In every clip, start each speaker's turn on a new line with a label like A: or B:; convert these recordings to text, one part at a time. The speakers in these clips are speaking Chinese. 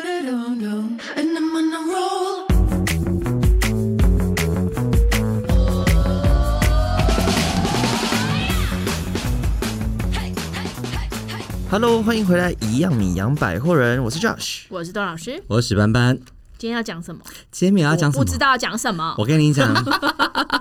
A: And I'm on a roll.
B: Hello，欢迎回来，一样米阳百货人，我是 Josh。
C: 我是段老师，
D: 我是史斑斑，
C: 今天要讲什么？
D: 今天要啊讲什
C: 我
D: 么？哦
C: 不知。道要讲什么
D: 我。跟 你讲，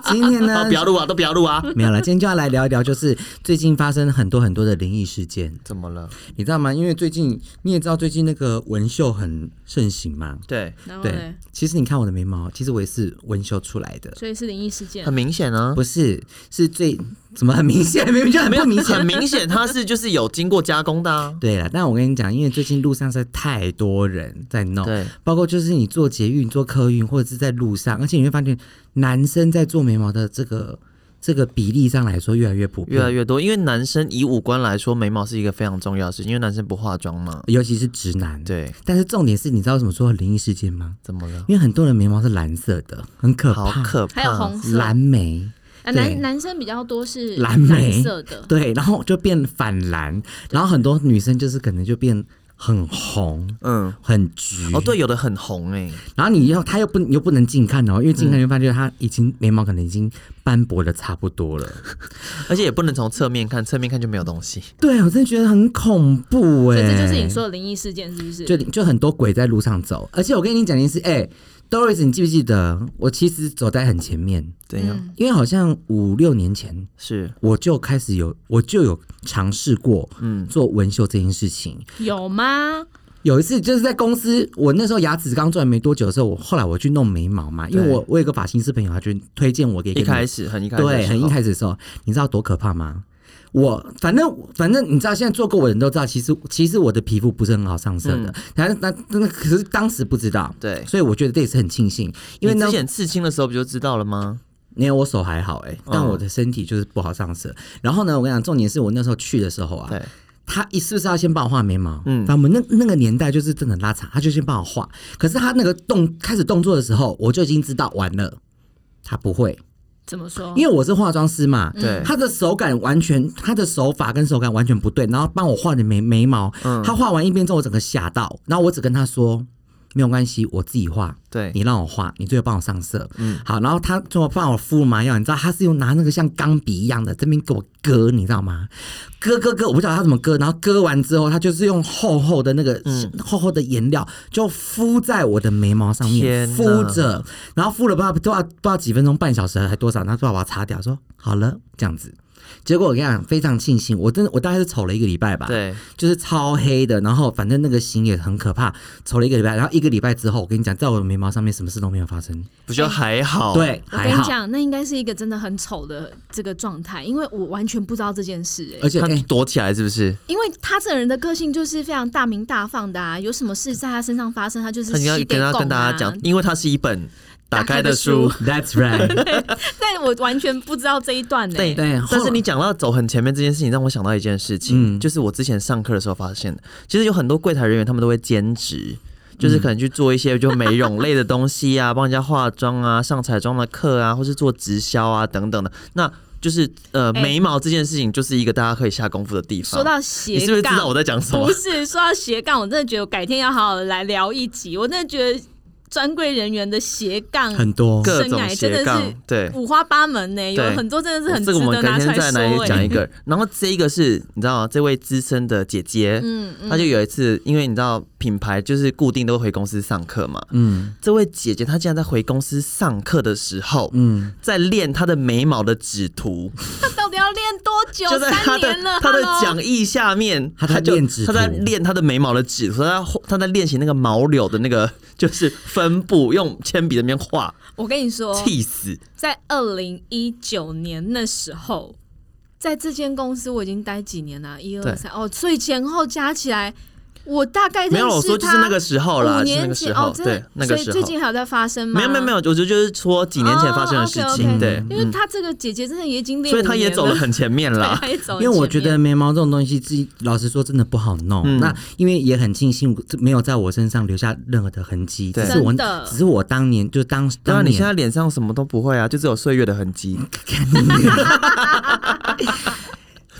D: 今天呢
B: 都，不要录啊，都不要录啊！
D: 没有了，今天就要来聊一聊，就是最近发生很多很多的灵异事件，
B: 怎么了？
D: 你知道吗？因为最近你也知道，最近那个纹绣很盛行嘛。
B: 对，
C: 然后
D: 对
C: 呢？，
D: 其实你看我的眉毛，其实我也是纹绣出来的，
C: 所以是灵异事件
B: 很。明显啊，
D: 不是，是最怎么很明显，明明就很
B: 没有
D: 不明显
B: 很。明显，它是就是有经过加工的啊。
D: 对了，但我跟你讲，因为最近路上实在太多人在弄，
B: 对，
D: 包括就是你坐捷运、坐客运，或者是在路上，而且你会发现男生在做眉毛的这个这个比例上来说越来越普 遍，
B: 越来越多，因为男生以五官来说，眉毛是一个非常重要的事情，因为男生不化妆嘛。
D: 尤其是直男。，
B: 对，
D: 但是重点是，你知道为什么说灵异事件吗？
B: 嗯怎么了？
D: 因为很多人眉毛是蓝色的，很可
B: 好
D: 怕，
B: 可怕！
C: 还有红色，
D: 蓝眉。
C: 啊
D: 对
C: 男男生比较多是
D: 蓝莓
C: 蓝色的，
D: 对，然后就变反蓝，然后很多女生就是可能就变很红、
B: 嗯，
D: 很橘。
B: 哦，对，有的很红哎、
D: 然后你又他又不又不能近看哦，因为近看就发现他已经眉毛可能已经斑驳的差不多了。
B: 而且也不能从侧面看，侧面看就没有东西。
D: 对，我真的觉得很恐怖哎、
C: 所以这就是你说的灵异事件，是不是？
D: 就就很多鬼在路上走，而且我跟你讲一件事，哎、d o r i s 你记不记得我其实走在很前面，
B: 怎样？
C: 嗯
D: 因为好像五六年前
B: 是
D: 我就开始有我就有尝试过，
B: 嗯
D: 嗯，做纹绣这件事情。
C: 有吗？
D: 有一次就是在公司，我那时候牙齿刚做完没多久的时候，我后来我去弄眉毛嘛，因为
B: 对
D: 我我有一个发型师朋友，他就推荐我给
B: 一开
D: 始。
B: 始很一开始的时候，
D: 对，很一开始的时候，你知道多可怕吗？我反正反正你知道，现在做过我的人都知道，其实其实我的皮肤不是很好上色的
B: 嗯，
D: 但那那那可是当时不知道，
B: 对
D: 所以我觉得这也是很庆幸，因
B: 因
D: 为
B: 为
D: 呢
B: 之，前刺青的时候不就知道了吗？
D: 没有我手还好哎、但
B: 嗯
D: 我的身体就是不好上色。然后呢，我跟你讲，重点是我那时候去的时候啊，
B: 对，
D: 他一是不是要先帮我画眉毛？
B: 嗯
D: 嗯，我们那那个年代就是真的很拉长，他就先帮我画。可是他那个动开始动作的时候，我就已经知道完了，他不会，
C: 怎么说？
D: 因为我是化妆师嘛，
B: 对
D: 他的手感完全，他的手法跟手感完全不对，然后帮我画的眉眉毛，
B: 嗯
D: 他画完一边之后，我整个吓到，然后我只跟他说。没有关系，我自己画。
B: 对
D: 你让我画，你最后帮我上色。嗯，好，然后他最后帮我敷麻药，你知道他是用拿那个像钢笔一样的这边给我割，你知道吗？割割割，我不知道他怎么割，然后割完之后，他就是用厚厚的那个、
B: 嗯
D: 厚厚的颜料就敷在我的眉毛上面，
B: 天
D: 敷
B: 哪
D: 着，然后敷了不知道不知道不知道几分钟，半小时还多少，然后就把它擦掉，说好了这样子。结果我跟你讲，非常庆幸，我真的我大概是丑了一个礼拜吧，，
B: 对，
D: 就是超黑的，然后反正那个型也很可怕，丑了一个礼拜，然后一个礼拜之后，我跟你讲，在我的眉毛上面什么事都没有发生，
B: 不就还好？，
D: 对，
C: 哦我
D: 还
C: 跟你
D: 好，
C: 讲，那应该是一个真的很丑的这个状态，因为我完全不知道这件事、哎
D: 而且
B: 他
D: 哎、
B: 躲起来是不是？
C: 因为他这个人的个性就是非常大明大放的啊，有什么事在他身上发生，他就是
B: 他应该
C: 吸
B: 跟
C: 给
B: 他
C: 拱
B: 跟大家
C: 啊
B: 讲，因为它是一本打
C: 打
B: 开
C: 开的
B: 的书。
D: That's right，
C: 但我完全不知道这一段呢、
B: 对
C: 欸
D: 对后
B: 但是你讲到走很前面这件事情，让我想到一件事情，
D: 嗯
B: 就是我之前上课的时候发现的，其实有很多柜台人员他们都会兼职。
C: 嗯
B: 就是可能去做一些就美容类的东西啊，帮人家化妆啊，上彩妆的课啊，或是做直销啊等等的。那就是呃，
C: 哎
B: 眉毛这件事情就是一个大家可以下功夫的地方。
C: 说到
B: 你
C: 斜杠，
B: 是不是知道我在讲什么
C: 不？是说到斜杠，我真的觉得我改天要好好来聊一集。我真的觉得专柜人员的斜杠
D: 很多
B: 各
C: 生
B: 种
C: 涯哎真的
B: 斜杠
C: 是，
B: 对，
C: 五花八门呢、有
B: 对
C: 很多真的是很
B: 这
C: 值
B: 个我
C: 得
B: 们
C: 拿
B: 改
C: 出
B: 天再
C: 来说、
B: 来
C: 欸。
B: 讲一个。然后这一个是你知道吗？这位资深的姐姐，
C: 嗯嗯，
B: 她就有一次，因为你知道品牌就是固定都会回公司上课嘛，
D: 嗯
B: 这位姐姐她竟然在回公司上课的时候，
D: 嗯，
B: 在练她的眉毛的指图，
C: 他到底要练多久？
B: 就在她
C: 三
B: 的
C: 年了，
B: 她的
C: hello
B: 讲义下面，
D: 她在
B: 就
D: 练指图
B: 她在练她的眉毛的指图，她在她在练习那个毛柳的那个就是分布，用铅笔在那边画，
C: 我跟你说，
B: 气死！
C: 在二零一九年那时候，在这间公司我已经待几年了，一
B: 对
C: 二三哦，所以前后加起来，我大概认识
B: 没有，我说就是
C: 他
B: 那个时候啦，
C: 五
B: 就是那
C: 年
B: 个
C: 前
B: 时候，
C: 哦，真
B: 对
C: 的，，
B: 那个
C: 所以
B: 时
C: 最
B: 候。
C: 近还有在发生吗？
B: 没有没有没有，我就就是说几年前发生的事情，
C: 哦，OK，OK
B: 对，
C: 因为他这个姐姐真的也已经练，
B: 所以她也走了， 很前面
C: 对，
B: 啦。
C: 她也走
D: 啊
C: 很
D: 因
C: 前面，
D: 为我觉得眉毛这种东西，自己老实说真的不好弄。
B: 嗯
D: 那因为也很庆幸没有在我身上留下任何的痕迹，
B: 对
D: 只是我
C: 真的啊
D: 只是我当年就当
B: 当
D: 当
B: 然，
D: 年
B: 啊你现在脸上什么都不会啊，就只有岁月的痕迹。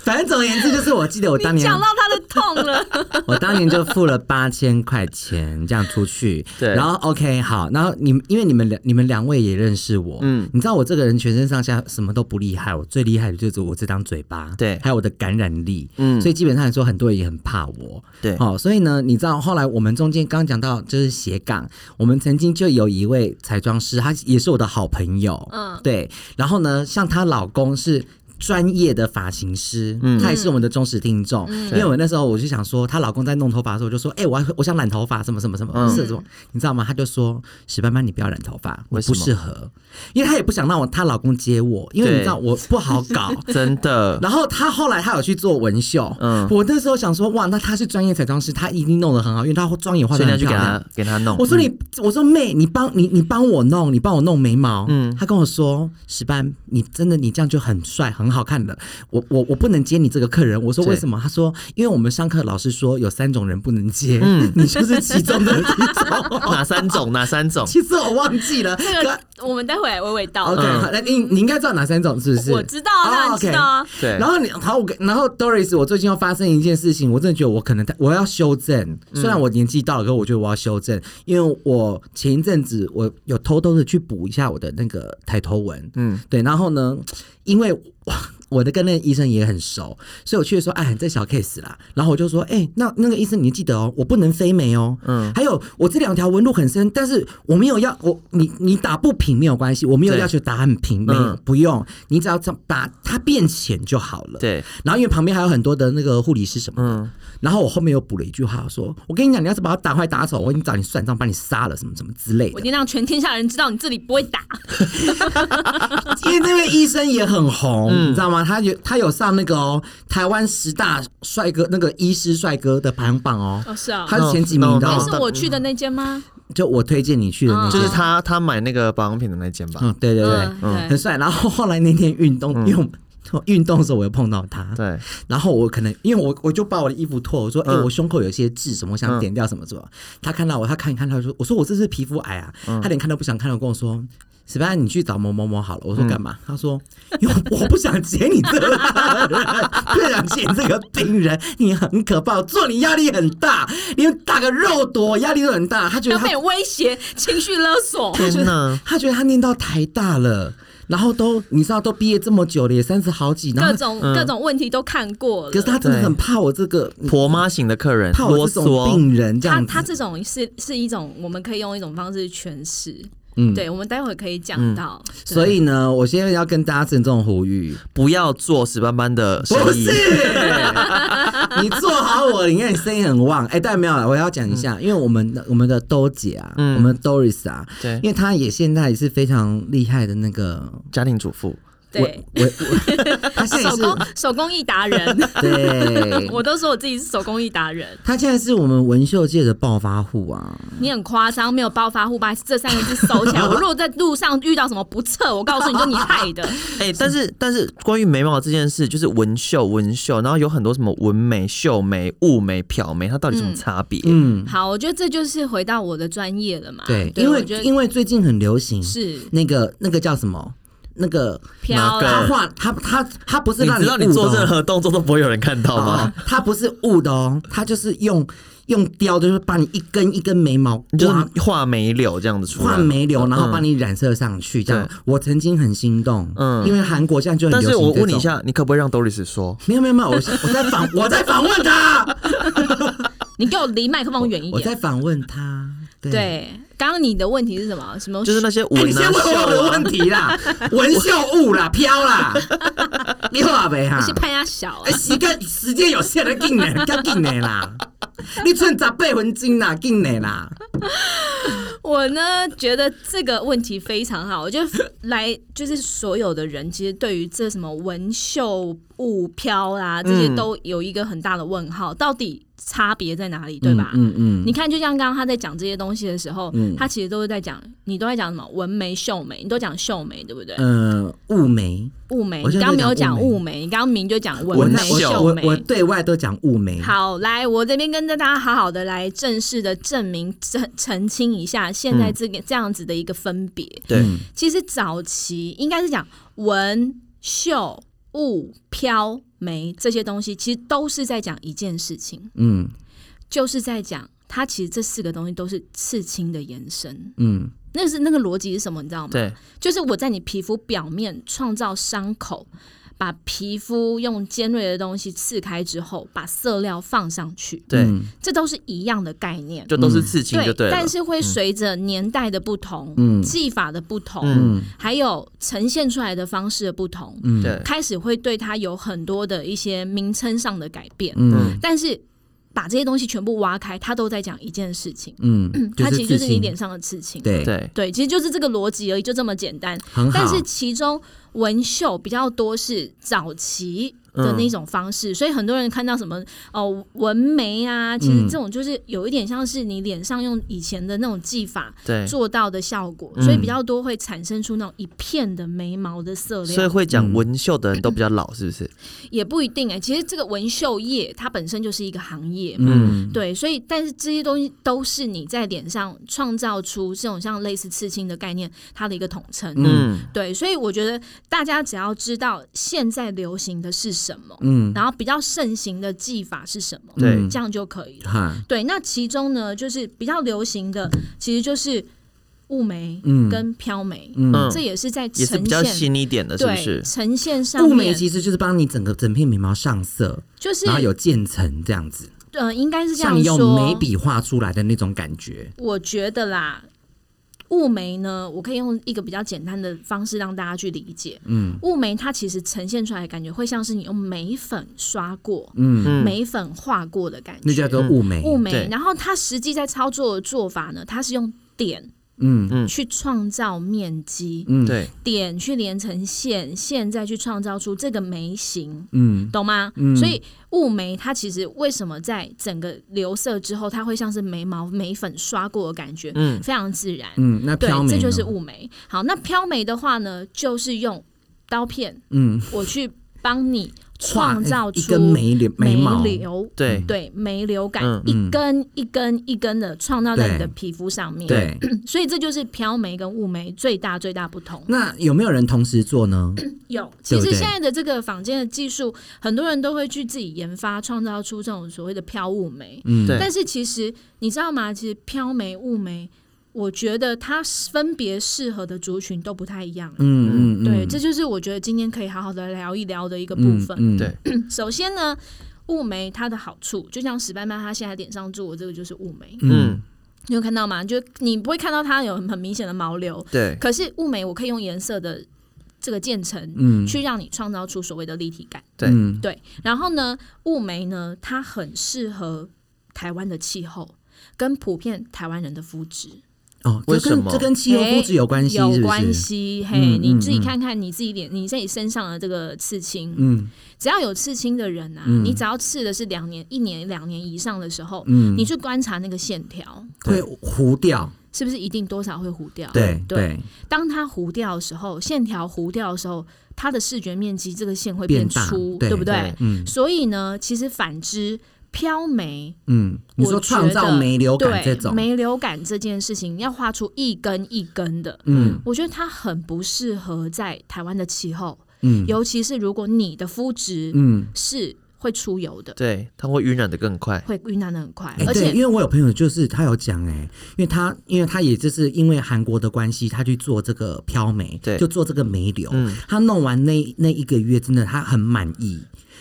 D: 反正总而言之，就是我记得我当
C: 你
D: 年
C: 讲到她的痛 了。
D: 我当年就付了八千块钱这样出去，
B: 对
D: 然后 OK 好，然后你们因为你们两你们两位也认识我，
B: 嗯
D: 嗯，你知道我这个人全身上下什么都不厉害，我最厉害的就是我这张嘴巴，
B: 对
D: 还有我的感染力，
B: 嗯
D: 嗯，所以基本上来说很多人也很怕我，
B: 对
D: 好、所以呢，你知道后来我们中间刚刚讲到就是斜杠，我们曾经就有一位彩妆师，她也是我的好朋友，
C: 嗯
D: 嗯，对，然后呢，像她老公是。专业的发型师，嗯，他也是我们的忠实听众，因为我那时候我就想说，她老公在弄头发的时候，我就说，哎、我要我想染头发，什么什么什么，
B: 嗯
D: 是什么，你知道吗？她就说，史斑斑，你不要染头发，我
B: 为什
D: 不
B: 么
D: 适合，因为她也不想让我她老公接我，因为你
B: 对
D: 知道我不好搞，
B: 真 的，
D: 然后他后来他有去做纹绣，
B: 嗯
D: 嗯，我那时候想说，哇，那他是专业彩妆师，他一定弄得很好，因为他妆也化
B: 所
D: 得
B: 以你
D: 很
B: 要去
D: 漂
B: 给他
D: 亮。
B: 给他弄。嗯
D: 我说你，我说妹，你帮你你帮我弄，你帮我弄眉毛。
B: 嗯
D: 嗯，他跟我说，石斑，你真的你这样就很帅，很好看了。我我我不能接你这个客人。我说
B: 对
D: 为什么？他说，因为我们上课老师说有三种人不能接，
B: 嗯
D: 你就是其中的一种。
B: 哪三种？哪三 种？
D: 其实我忘记了。
C: 这
D: 可
C: 个我们待会娓娓道来。
D: OK，
B: 嗯
D: 好，那你你应该知道哪三种是哦不是？
C: 我知道啊，当
D: 哦
C: 然
D: ，OK
C: 知道啊。
B: 对，
D: 然后你好，我跟然后 Doris，我最近又发生一件事情，我真的觉得我可能太我要修正。
B: 嗯
D: 虽然我年纪到了，可我觉得我要修正，因为我前一阵子我有偷偷的去补一下我的那个抬头纹，
B: 嗯
D: 嗯，对。然后呢，因为我 我的跟那个医生也很熟，所以我去的时候，哎，这小 case 啦。然后我就说，哎、那那个医生你记得哦，我不能飞眉哦，
B: 嗯
D: 嗯。还有我这两条纹路很深，但是我没有要我你你打不平没有关系，我没有
B: 对
D: 要求打很平，没有
B: 嗯
D: 不用，你只要这样把它变浅就好了。
B: 对，
D: 然后因为旁边还有很多的那个护理师什么的，
B: 嗯
D: 然后我后面又补了一句话说：“我跟你讲，你要是把他打坏打丑，我已经找你算账，把你杀了什么什么之类
C: 我
D: 的
C: 一。定让全天下人知道你这里不会打。”
D: 因为那位医生也很红，
B: 嗯
D: 你知道吗？他有他有上那个哦台湾十大帅哥那个医师帅哥的排行榜哦，
B: 嗯
C: 哦，是啊。
D: 他是前几名的
B: 那
D: 哦、
C: 那
B: 哦
C: 是我去的那间吗？
D: 就我推荐你去的那
C: 嗯
D: 个，
B: 就是他他买那个保养品的那间吧。嗯
D: 嗯，对对对，
C: 嗯
D: 很帅。然后后来那天运动，因为我我 运动的时候我又碰到他，
B: 对，
D: 然后我可能因为我我就把我的衣服脱，我说哎、
B: 嗯
D: 我胸口有些痣，什么我想点掉什么什么。他看到我，他看一看，他说我说我这是皮肤癌啊，
B: 嗯
D: 他连看都不想看，我跟我说。史班，你去找某某某好了。我说
B: 嗯
D: 干嘛？他说：“因为 我不想接你这 个人，不想接你这个病人，你很可怕，我做你压力很大，你打个肉毒压力都很大。”他觉得
C: 要
D: 他
C: 被威 胁、情绪勒索。
D: 他觉
B: 天哪
D: 得他觉得他念到台大了，然后都你知道都毕业这么久了，也三十好几，然
C: 各
D: 后嗯
C: 种、各种问题都看过了。
D: 可是他真的
B: 对
D: 很怕我这个
B: 婆妈型的客人
D: 怕我
B: 啰
D: 这种
B: 嗦，
D: 病人这
C: 他
D: 样子，
C: 他这种是是一种，我们可以用一种方式去诠释。
D: 嗯，
C: 对，我们待会可以讲到。对
D: 所以呢，我现在要跟大家郑重呼吁，
B: 不要做死斑斑的生
D: 不
B: 意
D: 是。 你做好我，你看你声音很旺，哎、但没有了，我要讲一下，因为我们的我们的兜姐啊，
B: 嗯
D: 我们的 Doris 啊，
B: 对
D: 因为她也现在也是非常厉害的那个，
B: 家庭主妇。
C: 对，
D: 我我，她现在也
C: 手
D: 是
C: 工手工艺达人，
D: 对，
C: 我都说我自己是手工艺达人。
D: 她现在是我们文秀界的暴发户啊，
C: 你很夸张，没有暴发户把这三个字收起来。我如果在路上遇到什么不测，我告诉你说你害的。
B: 哎、但是但是关于眉毛这件事，就是纹绣纹绣，然后有很多什么纹眉、绣眉、雾眉、漂眉，它到底有什么差别？
D: 嗯，
C: 好，我觉得这就是回到我的专业了嘛。
D: 对，
C: 对
D: 因
C: 我
D: 为
C: 觉得
D: 因为最近很流行
C: 是
D: 那个那个叫什么那个。
C: 飘
B: 哪
D: 他
B: 个
C: 啦。
D: 画他他他不是
B: 嗯你
D: 让
B: 知道你
D: 误的
B: 做
D: 哦
B: 任何动作都不会有人看到吗？
D: 哦，他不是雾的哦，他就是用用雕，就是把你一根一根眉毛
B: 你 就
D: 刮
B: 是画眉柳这样子出来，
D: 画眉柳，然后帮
B: 你。
D: 你染色上去。这样
B: 对，
D: 我曾经很心动，
B: 嗯
D: 嗯，因为韩国现在就很
B: 但
D: 流
B: 是
D: 行
B: 我
D: 这
B: 问你一
D: 种，
B: 下，你可不可以让 Doris 说？
D: 没有没有没有，我我在访我在访问他，
C: 你给我离麦克风远一
D: 我
C: 点。
D: 在访问他，对。
C: 对，刚刚你的问题是什么？什么？
B: 就是那些
D: 哎
B: 纹
D: 你
B: 啊
D: 先问我我
B: 绣
D: 的
B: 啊
D: 问，题啦，文秀雾啦，飘 啦，你话呗哈
C: 是。拍他小啊
D: 哎，。时间时间有限的，紧呢，较紧呢 啦。你剩十八分钟啦，紧呢啦。
C: 我呢觉得这个问题非常好，我觉得来就是所有的人其实对于这什么纹绣、雾飘啦这些
B: 嗯
C: 都有一个很大的问号，到底差别在哪里，对吧？
D: 嗯嗯
C: 你看，就像刚刚他在讲这些东西的时候，他其实都是在讲，你都在讲什么纹眉、秀眉，你都讲秀眉，对不对？
D: 呃，雾眉，
C: 雾眉，
D: 我
C: 你
D: 现
C: 刚刚
D: 在
C: 没有
D: 在讲
C: 讲雾
D: 雾
C: 眉，你刚刚明就讲
D: 我
C: 纹
D: 那
C: 眉、
D: 我
B: 秀
C: 秀
D: 我我
C: 眉。
D: 对外都讲雾眉。
C: 好，来，我这边跟大家好好的来正式的证明、澄澄清一下，现在这个这样子的一个分别。
B: 对，
D: 嗯
C: 其实早期应该是讲纹、绣、雾、飘眉这些东西，其实都是在讲一件事情，
D: 嗯
C: 就是在讲它其实这四个东西都是刺青的延伸。
D: 嗯
C: 那是那个逻辑是什么？你知道吗？
B: 对，
C: 就是我在你皮肤表面创造伤口，把皮肤用尖锐的东西刺开之后，把色料放上去，
B: 对，
D: 嗯
C: 这都是一样的概念。
B: 就都是刺青就
C: 对，
B: 了。
C: 但是会随着年代的不同、
D: 嗯
C: 技法的不同，
B: 嗯
C: 还有呈现出来的方式的不同，
D: 嗯
B: 对，
C: 开始会对它有很多的一些名称上的改变。
D: 嗯
C: 但是把这些东西全部挖开，它都在讲一件事情，
D: 嗯，
C: 它其实就是
D: 自
C: 你
D: 信
C: 脸上的刺青。
D: 对，
B: 对，
C: 对，其实就是这个逻辑而已，就这么简单。
D: 很好
C: 但。是其中纹绣比较多是早期的那种方
B: 嗯
C: 式，所以很多人看到什么哦纹眉啊，其实这种就是有一点像是你脸上用以前的那种技法
B: 对，
C: 做到的效果，
B: 嗯
C: 所以比较多会产生出那种一片的眉毛的色
B: 所以
C: 料，
B: 会
D: 嗯
B: 讲纹绣的人都比较老，是不是？
C: 也不一定哎、其实这个纹绣业它本身就是一个行业嘛。
D: 嗯，
C: 对，所以但是这些东西都是你在脸上创造出这种像类似刺青的概念，它的一个统称。
B: 嗯，
C: 对，所以我觉得大家只要知道现在流行的是什么，
D: 嗯，
C: 然后比较盛行的技法是什么，
B: 对
D: 嗯
C: 这样就可以了。
D: 哈，
C: 对，那其中呢，就是比较流行的，其实就是雾眉
D: 嗯
C: 跟飘眉，
D: 嗯，
C: 这也是在
B: 也
C: 呈
B: 是
C: 现
B: 比较新一点的，是不
C: 对
B: 是？
C: 呈现上
D: 雾眉
C: 面，
D: 其实就是帮你整个整片眉毛上色，
C: 就是
D: 然后有渐层这样子，
C: 呃，应该是这
D: 像
C: 样
D: 你用眉
C: 说。
D: 笔画出来的那种感觉。
C: 我觉得啦，雾眉呢，我可以用一个比较简单的方式让大家去理解。
D: 嗯
C: 雾眉它其实呈现出来的感觉会像是你用眉粉刷过，
D: 嗯，
B: 嗯，
C: 眉粉画过的感
D: 那就叫
C: 觉，
D: 做雾眉。
C: 雾
B: 对
C: 眉。然后它实际在操作的做法呢，它是用点
D: 嗯
B: 嗯
C: 去创造面积，
D: 嗯，，
B: 对，
C: 点去连成线，线再去创造出这个眉形。
D: 嗯
C: 懂吗？
D: 嗯
C: 所以雾眉它其实为什么在整个留色之后，它会像是眉毛眉粉刷过的感觉，
B: 嗯
C: 非常自然。
D: 嗯，那
C: 对
D: 飘，眉
C: 这就
D: 呢
C: 是雾眉。好，那飘眉的话呢，就是用刀片，
D: 嗯，
C: 我去帮你
D: 画
C: 创造出
D: 一根眉柳眉毛。
C: 流，
B: 对，
C: 对眉流感，
B: 嗯
C: 一根一根一根的创造在你的
D: 对
C: 皮肤上面。
D: 对，
C: 所以这就是飘眉跟雾眉最大最大不同。
D: 那有没有人同时 做呢？
C: 有，
D: 对
C: 其
D: 不
C: 实
D: 对
C: 现在的这个坊间的技术，很多人都会去自己研发，创造出这种所谓的飘雾眉。
D: 嗯，
B: 对
C: 但是其实你知道吗？其实飘眉、雾眉，我觉得它分别适合的族群都不太一样。
D: 嗯嗯，
C: 对，
D: 嗯
C: 这就是我觉得今天可以好好的聊一聊的一个部
D: 嗯
C: 分。
D: 嗯
B: 对
C: 首先呢，雾眉它的好处，就像史班班他现在脸上做的这个就是雾眉，
B: 嗯，
C: 你有看到吗？就你不会看到它有很明显的毛流，
B: 对，
C: 可是雾眉我可以用颜色的这个渐层
D: 嗯，
C: 去让你创造出所谓的立体感。
B: 对
D: 嗯
C: 对，然后呢，雾眉呢，它很适合台湾的气候。跟普遍台湾人的肤质
D: 哦，这
B: 为什
D: 跟
B: 么
D: 这跟气候肤质有关系，
C: 有
D: 是不
C: 关
D: 是？
C: 系，嘿，
D: 嗯
C: 你自己
D: 嗯嗯
C: 看看你自己脸，你自己身上的这个刺青，
D: 嗯
C: 只要有刺青的人啊，
D: 嗯
C: 你只要刺的是两年、一年、两年以上的时候，
D: 嗯，
C: 你去观察那个线条
D: 会糊掉，
C: 是不是一定多少会糊掉？
D: 对
C: 嗯对
D: 对，
C: 当它糊掉的时候，线条糊掉的时候，它的视觉面积这个线会
D: 变大
C: 粗，
D: 对
C: 不
B: 对
D: 嗯
C: 所以呢，其实反之，飘眉
D: 嗯，你说
C: 我觉得
D: 创造眉流感这
C: 对
D: 种，
C: 眉流感这件事情，要画出一根一根的。
D: 嗯
C: 我觉得它很不适合在台湾的气候，
D: 嗯
C: 尤其是如果你的肤质
D: 嗯。
C: 是会出油的，
B: 对，它会晕染的更快。
C: 会晕染的很快
D: 哎，，
C: 而
D: 对，
C: 且
D: 因为我有朋友就是他有讲哎、因为他因为他也就是因为韩国的关系，他去做这个漂眉，
B: 对
D: 就做这个眉流。
B: 嗯
D: 他弄完那那一个月，真的他很满意。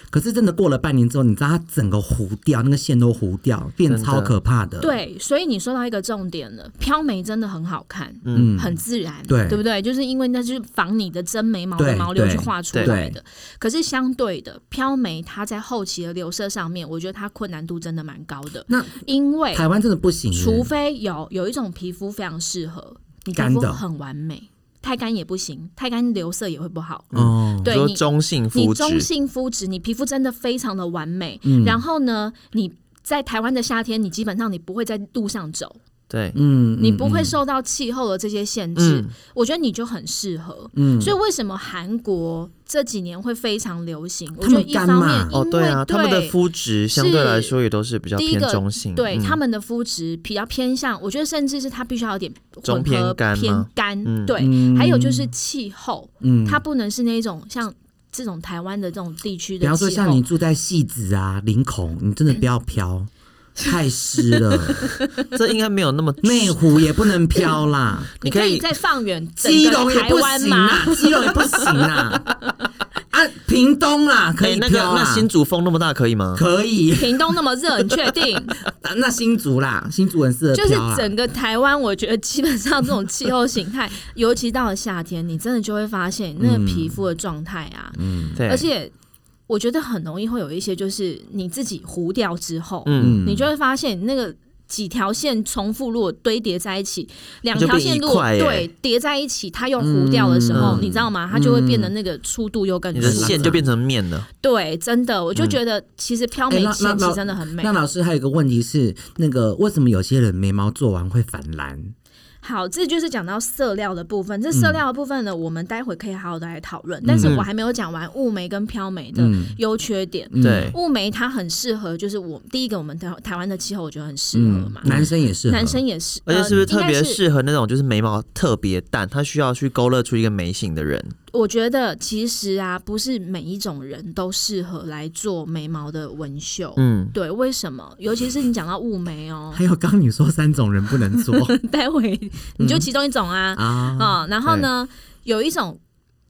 D: 可是真的过了半年之后，你知道他整个糊掉，那个线都糊掉，变
B: 真的
D: 超可怕的。，
C: 对，所以你说到一个重点了，飘眉真的很好看，
D: 嗯
C: 很自然，
D: 对
C: 不对？就是因为那是仿你的真眉毛的
D: 对
C: 毛流去
D: 对
C: 画出
B: 对
C: 来的。可是相对的，飘眉它在后期的留色上面，我觉得它困难度真的蛮高的，
D: 那
C: 因为
D: 台湾真的不行耶，
C: 除非有有一种皮肤非常适合，你皮
D: 干
C: 肤
D: 的
C: 很完美，太干也不行，太干留色也会不好。
D: 哦，
C: 对
B: 说
C: 你
B: 中性
C: 你
B: 肤质，
C: 中性肤质，你皮肤真的非常的完美。
D: 嗯
C: 然后呢，你在台湾的夏天，你基本上你不会在路上走，
B: 对，
D: 嗯，
C: 你不会
D: 嗯
C: 受到气候的这些限制，
B: 嗯，
C: 我觉得你就很适合。
D: 嗯
C: 所以为什么韩国这几年会非常流行？我
D: 他
C: 觉得
D: 们
C: 一
D: 干
C: 方面
D: 嘛
C: 因
B: 哦，
C: 为
B: 对啊，他们的肤质相对来说也都是比较
C: 第一
B: 偏
C: 个
B: 中性，
C: 对
B: 嗯
C: 他们的肤质比较偏向，我觉得甚至是它必须要有点
B: 中
C: 混合
B: 偏干吗
C: 偏干
B: 嗯
C: 对，还有就是气候，
D: 嗯
C: 它不能是那种像。这种台湾的这种地区的
D: 比
C: 气候，
D: 方说像你住在戏子啊、林口，你真的不要 飘，太湿了。
B: 这应该没有 那么
D: 内湖也不能飘啦，
B: 你
C: 你
B: 可
C: 可
B: 以
C: 以再放远 整
D: 基隆
C: 个
D: 也
C: 台
D: 不
C: 湾
D: 行啊
C: 吗？
D: 啦，基隆也不行啦。 啊，屏东啦，可
B: 哎、
D: 以
B: 那个
D: 飘啦，
B: 那新竹风那么大可以吗？
D: 可以，
C: 屏东那么热，你确定？
D: 啊 那新竹啦，新竹很适合
C: 就是
B: 啊
D: 飘啊啦。
C: 整个台湾，我觉得基本上这种气候形 态，尤其到了夏天，你真的就会发现你那
B: 嗯
C: 个皮肤的状态啊，
B: 对，
C: 而且我觉得很容易会有一些，就是你自己糊掉之后，
B: 嗯，
C: 你就会发现你那个。几条线重复，如果堆叠在一起，两
B: 就
C: 条
B: 变
C: 线
B: 一
C: 如果
B: 块耶
C: 对叠在一起，它又糊掉的时候，
B: 嗯
C: 你知道吗？它就会变得那个粗度又更
B: 你
C: 粗。
B: 的线就变成面了。
C: 对，真的，我就觉得其实飘
D: 哎
C: 眉
D: 那那
C: 线其
D: 那
C: 实真的很美
D: 那。老师还有一个问题是，那个为什么有些人眉毛做完会反蓝？
C: 好，这就是讲到色料的部分。这
B: 嗯
C: 色料的部分呢，我们待会可以好好的来讨论。但是我还没有讲完雾眉跟飘眉的优缺点。
D: 嗯
B: 对，
C: 雾眉它很适合，就是我第一个，我们台台湾的气候我觉得很适合
D: 嗯
C: 嘛，，
D: 男生也是，
C: 男生也是，
B: 而且
C: 呃
B: 是不是特
C: 应该
B: 别
C: 是
B: 适合那种就是眉毛特别淡，他需要去勾勒出一个眉形的人？
C: 我觉得其实啊，不是每一种人都适合来做眉毛的纹绣。
B: 嗯，
C: 对，为什么？尤其是你讲到雾 眉哦，
D: 还有刚刚你说三种人 不能做
C: 待会
B: 嗯
C: 你就其中一种啊，
D: 啊，
C: 啊、然后呢，有一种，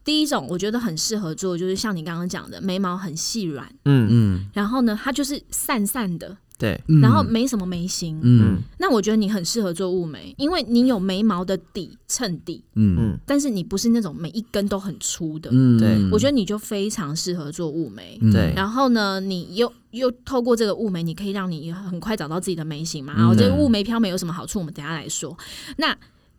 C: 第一种我觉得很适合做，就是像你刚刚讲的，眉毛很细软，
B: 嗯，
D: 嗯，
C: 然后呢，它就是散散的，
B: 对，
D: 嗯
C: 然后没什么眉形。
D: 嗯
C: 那我觉得你很适合做雾眉，因为你有眉毛的底衬底，
D: 嗯
B: 嗯，
C: 但是你不是那种每一根都很粗的，
D: 嗯，
B: 对
C: 我觉得你就非常适合做雾眉。
D: 嗯
B: 对
C: 然后呢，你又又透过这个雾眉，你可以让你很快找到自己的眉型
D: 嗯
C: 嘛。然后这个雾眉飘眉有什么好处？我们等一下来说。那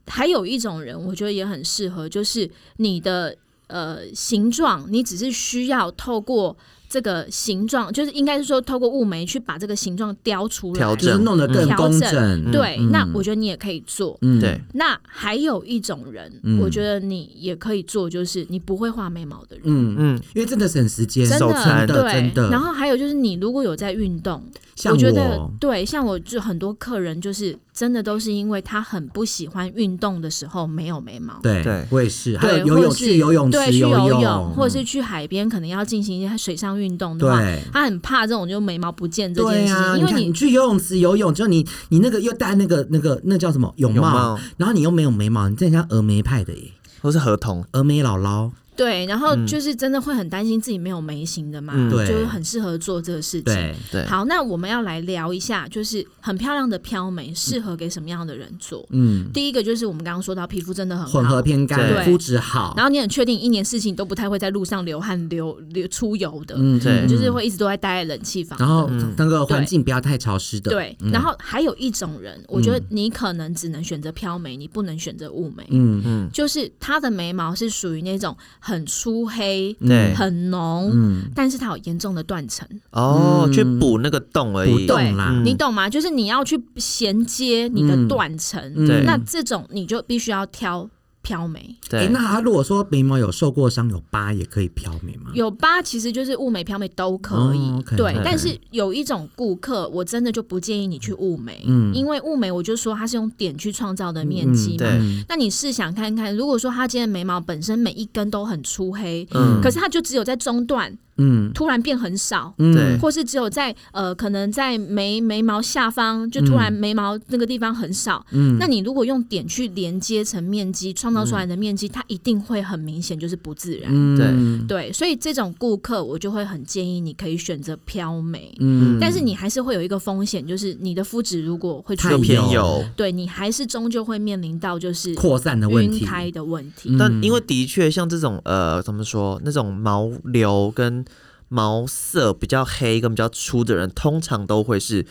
C: 还有一种人，我觉得也很适合，就是你的呃形状，你只是需要透过这个形状，就是应该是说透过雾眉去把这个形状雕出来。
B: 调
D: 就
B: 整
D: 是弄得更
C: 嗯调
D: 工
C: 整
D: 整，
C: 对，
D: 嗯
C: 那我觉得你也可以做。
D: 嗯
B: 对，
C: 那还有一种人，
D: 嗯
C: 我觉得你也可以做，就是你不会画眉毛的人。
D: 嗯，
B: 嗯，
D: 因为真的省时间，
C: 真
B: 手残
C: 的
D: 真的
C: 对，
D: 真的
C: 然后还有就是，你如果有在运动，
D: 像
C: 觉得对，像我就很多客人就是真的都是因为他很不喜欢运动的时候没有眉毛。
D: 对
B: 对
D: 我也是，还
C: 对，
D: 有游泳
C: 或是
D: 去游泳
C: 对，
D: 池
C: 去
D: 游
C: 泳，或者是去海边，可能要进行一些水上运动的话，
D: 对。
C: 他很怕这种就眉毛不见这件
D: 对
C: 事情，
D: 啊，
C: 因为
D: 看你去游泳池游泳，就你你那个又戴那个那个那叫什么泳
B: 泳
D: 帽
B: 帽，
D: 然后你又没有眉毛，你真的像峨眉派的耶，
B: 都是合同。
D: 峨眉姥姥。
C: 对，然后就是真的会很担心自己没有眉形的嘛，
B: 嗯
D: 嗯对
C: 就是很适合做这个事情。
D: 对，
B: 对，
C: 好，那我们要来聊一下，就是很漂亮的飘眉适合给什么样的人做？
D: 嗯，
C: 第一个就是我们刚刚说到皮肤真的很好
D: 混合，偏
B: 对
D: 干，肤质好
C: 然，后你很确定一年四季你都不太会在路上流汗、流流出油的，
D: 嗯，
B: 对嗯
D: 嗯
C: 就是会一直都在待在冷气房。
D: 然后那个环
C: 对
D: 境不要太潮湿的，嗯
C: 对，然后还有一种人，我觉得你可能只能选择飘眉，你不能选择雾眉，
D: 嗯，嗯
C: 就是他的眉毛是属于那种很粗黑、
B: 对，
C: 很浓，
D: 嗯，
C: 但是它有严重的断层，
B: 哦，去
C: 嗯
B: 补那个洞而
D: 不
B: 已。
D: 动啦
B: 嗯，
C: 你懂吗？就是你要去衔接你
D: 嗯
C: 的断层，
B: 对
C: 那这种你就必须要挑飘眉。
D: 哎，
B: 对，
D: 那他如果说眉毛有受过伤，有疤也可以漂眉吗？
C: 有疤其实就是雾眉、飘眉都可以，
D: 哦，OK，
C: 对
D: OK。
C: 但是有一种顾客，我真的就不建议你去雾眉，
D: 嗯
C: 因为雾眉我就说它是用点去创造的面积嘛。
D: 嗯
B: 对，
C: 那你试想看看，如果说他今天眉毛本身每一根都很粗黑，
B: 嗯
C: 可是它就只有在中段
D: 嗯
C: 突然变很少，
D: 嗯，
B: 对
C: 或是只有在呃，可能在眉眉毛下方就突然眉毛那个地方很少，那你如果用点去连接成面积，创造出来的面积，它一定会很明显就是不自然。
D: 嗯
B: 对
C: 对，所以这种顾客我就会很建议你可以选择飘眉，
D: 嗯，
C: 但是你还是会有一个风险，就是你的肤质如果会出
D: 太
B: 又
C: 油，
B: 偏油。
C: 对你还是终究会面临到就是
D: 扩散的问
C: 晕
D: 题，
C: 开的问题。
D: 嗯
B: 但因为的确像这种呃，怎么说那种毛流跟毛色比较黑跟比较粗的人，通常都会是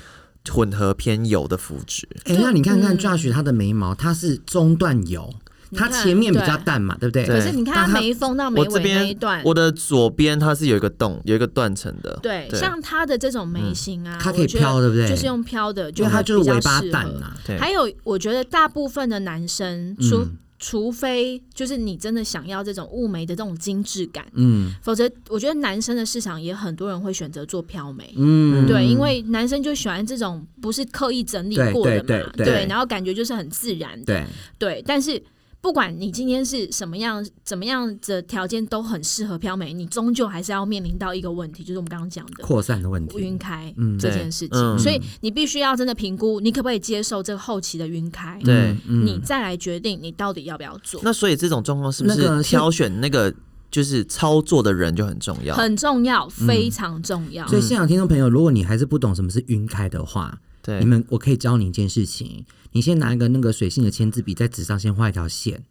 B: 混合偏油的肤质。
D: 哎，那你看看 Josh 他的眉毛，他是中段油，
C: 你
D: 他
C: 看
D: 前面比较
C: 对
D: 淡嘛，对不对？
B: 对
C: 可是你看
D: 但
C: 它
D: 它
C: 眉峰哦到眉
B: 我这
C: 尾那一
B: 边
C: 段，
B: 我的左边它是有一个洞，有一个断层的。
C: 对，
B: 对
C: 像它的这种眉形啊，
D: 嗯它可以
C: 我觉得
D: 飘对不对
C: 就是用飘的，
D: 因为它就是尾巴
C: 比较
D: 淡
C: 适合
D: 呐、啊。
B: 对，
C: 还有，我觉得大部分的男生，除、
D: 嗯
C: 除非就是你真的想要这种雾眉的这种精致感，
D: 嗯
C: 否则我觉得男生的市场也很多人会选择做飘眉。
D: 嗯，
C: 对，因为男生就喜欢这种不是刻意整理
D: 对
C: 过的嘛，
D: 对对对
C: 然后感觉就是很自然的，
D: 对，
C: 对。但是不管你今天是什么样、怎么样的条件，都很适合漂美，你终究还是要面临到一个问题，就是我们刚刚讲的
D: 扩散的问题。
C: 晕开
D: 嗯
C: 这
B: 对
C: 件事情。
B: 嗯
C: 所以你必须要真的评估，你可不可以接受这个后期的晕开，
B: 对
D: 嗯，嗯
C: 你再来决定你到底要不要做。
B: 那所以这种状况是不
D: 那个
B: 是
D: 是
B: 挑选那个就是操作的人就很重要？
C: 很重要，非常重要。
B: 嗯
D: 所以，现场听众朋友，如果你还是不懂什么是晕开的话，
B: 对
D: 你，们我可以教你一件事情，你先拿一个那个水性的签字笔，在纸上先画一条线，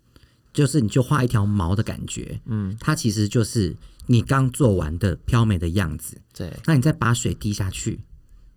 D: 就是你就画一条毛的感觉，嗯，它其实就是你刚做完的飘美的样子。
B: 对，
D: 那你再把水滴下去，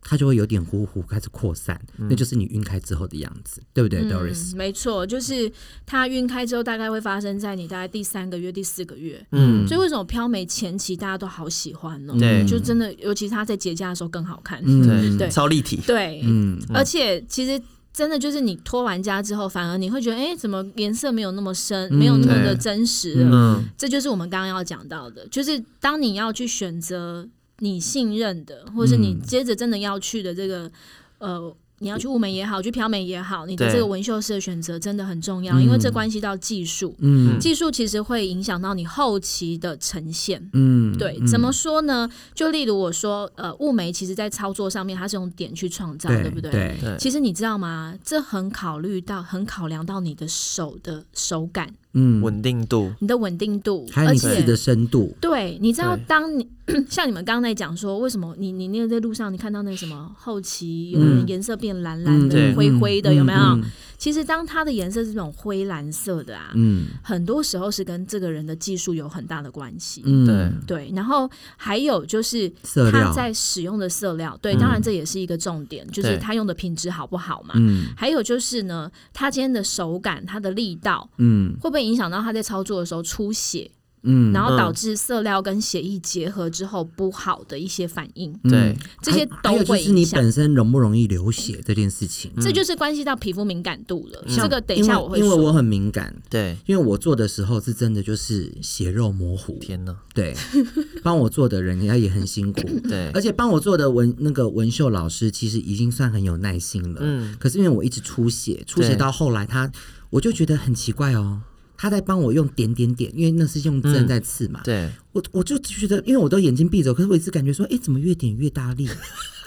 D: 它就会有点糊糊开始扩散，那就是你晕开之后的样子，对不对、d o r i s
C: 嗯，没错，就是它晕开之后，大概会发生在你大概第三个月、第四个月。
B: 嗯，
C: 所以为什么飘眉前期大家都好喜欢呢？
B: 对嗯
C: 就真的，尤其是它在节假的时候更好看。
B: 对，
C: 嗯对
B: 超立体，
C: 对，
D: 嗯，
C: 而且其实真的就是你脱完痂之后，反而你会觉得，哎、怎么颜色没有那么深，没有那么的
B: 嗯对
C: 真实了？
B: 嗯，
C: 这就是我们刚刚要讲到的，就是当你要去选择你信任的，或是
D: 嗯
C: 你接着真的要去的这个，呃。你要去雾眉也好，去漂眉也好，你的
B: 对
C: 这个纹绣师的选择真的很重要，因为这关系到技术，
D: 嗯
C: 技术其实会影响到你后期的呈现。
D: 嗯，
C: 对，怎么说呢？就例如我说，呃，雾眉其实在操作上面它是用点去创造，对
D: 对
C: 不对？
D: 对，
B: 对，
C: 其实你知道吗？这很考虑到，很考量到你的手的手感、
D: 嗯，
B: 稳定度，
C: 你的稳定度，
D: 还有
C: 而
D: 你刺
C: 且
D: 的深度，嗯
C: 对，你知道
B: 对，
C: 当你 像你们刚刚在讲说，为什么你你那个在路上你看到那个什么后期有人
D: 嗯
C: 颜色变蓝蓝
D: 嗯，
C: 的、
B: 对
C: 灰灰的，有没有？
D: 嗯？
C: 其实当它的颜色是这种灰蓝色的啊，
D: 嗯
C: 很多时候是跟这个人的技术有很大的关系。
D: 嗯，
B: 对
C: 对，然后还有就是
D: 色料
C: 他在使用的色料，对，当然这也是一个重点，就是
B: 对
C: 他用的品质好不好嘛。
D: 嗯
C: 还有就是呢，他今天的手感、他的力道
D: 嗯
C: 会不会影响到他在操作的时候出血，
D: 嗯，
C: 然后
B: 嗯
C: 导致色料跟血液结合之后不好的一些反应，
D: 嗯
B: 对
C: 这些
D: 还还
C: 都
D: 有就
C: 会
D: 是你
C: 影响。
D: 本身容不容易流血这件事情。
C: 这就是关系到皮肤敏感度了。
D: 像
C: 这个等一下
D: 因为
C: 我会
D: 因为我
C: 说。
D: 很敏感，
B: 对，
D: 因为我做的时候是真的就是血肉模糊，
B: 天哪，
D: 对， 帮我做的人人家也很辛 苦，
B: 对
D: 而，且帮我做的文那个文秀老师其实已经算很有耐心了，
B: 嗯
D: 可是因为我一直出血，出血
B: 对
D: 到后来他我就觉得很奇怪哦，他在帮我用点点点，因为那是用针
B: 嗯
D: 在刺嘛，
B: 对，
D: 我我就觉得，因为我都眼睛闭着，可是我一直感觉说，哎、怎么越点越大力，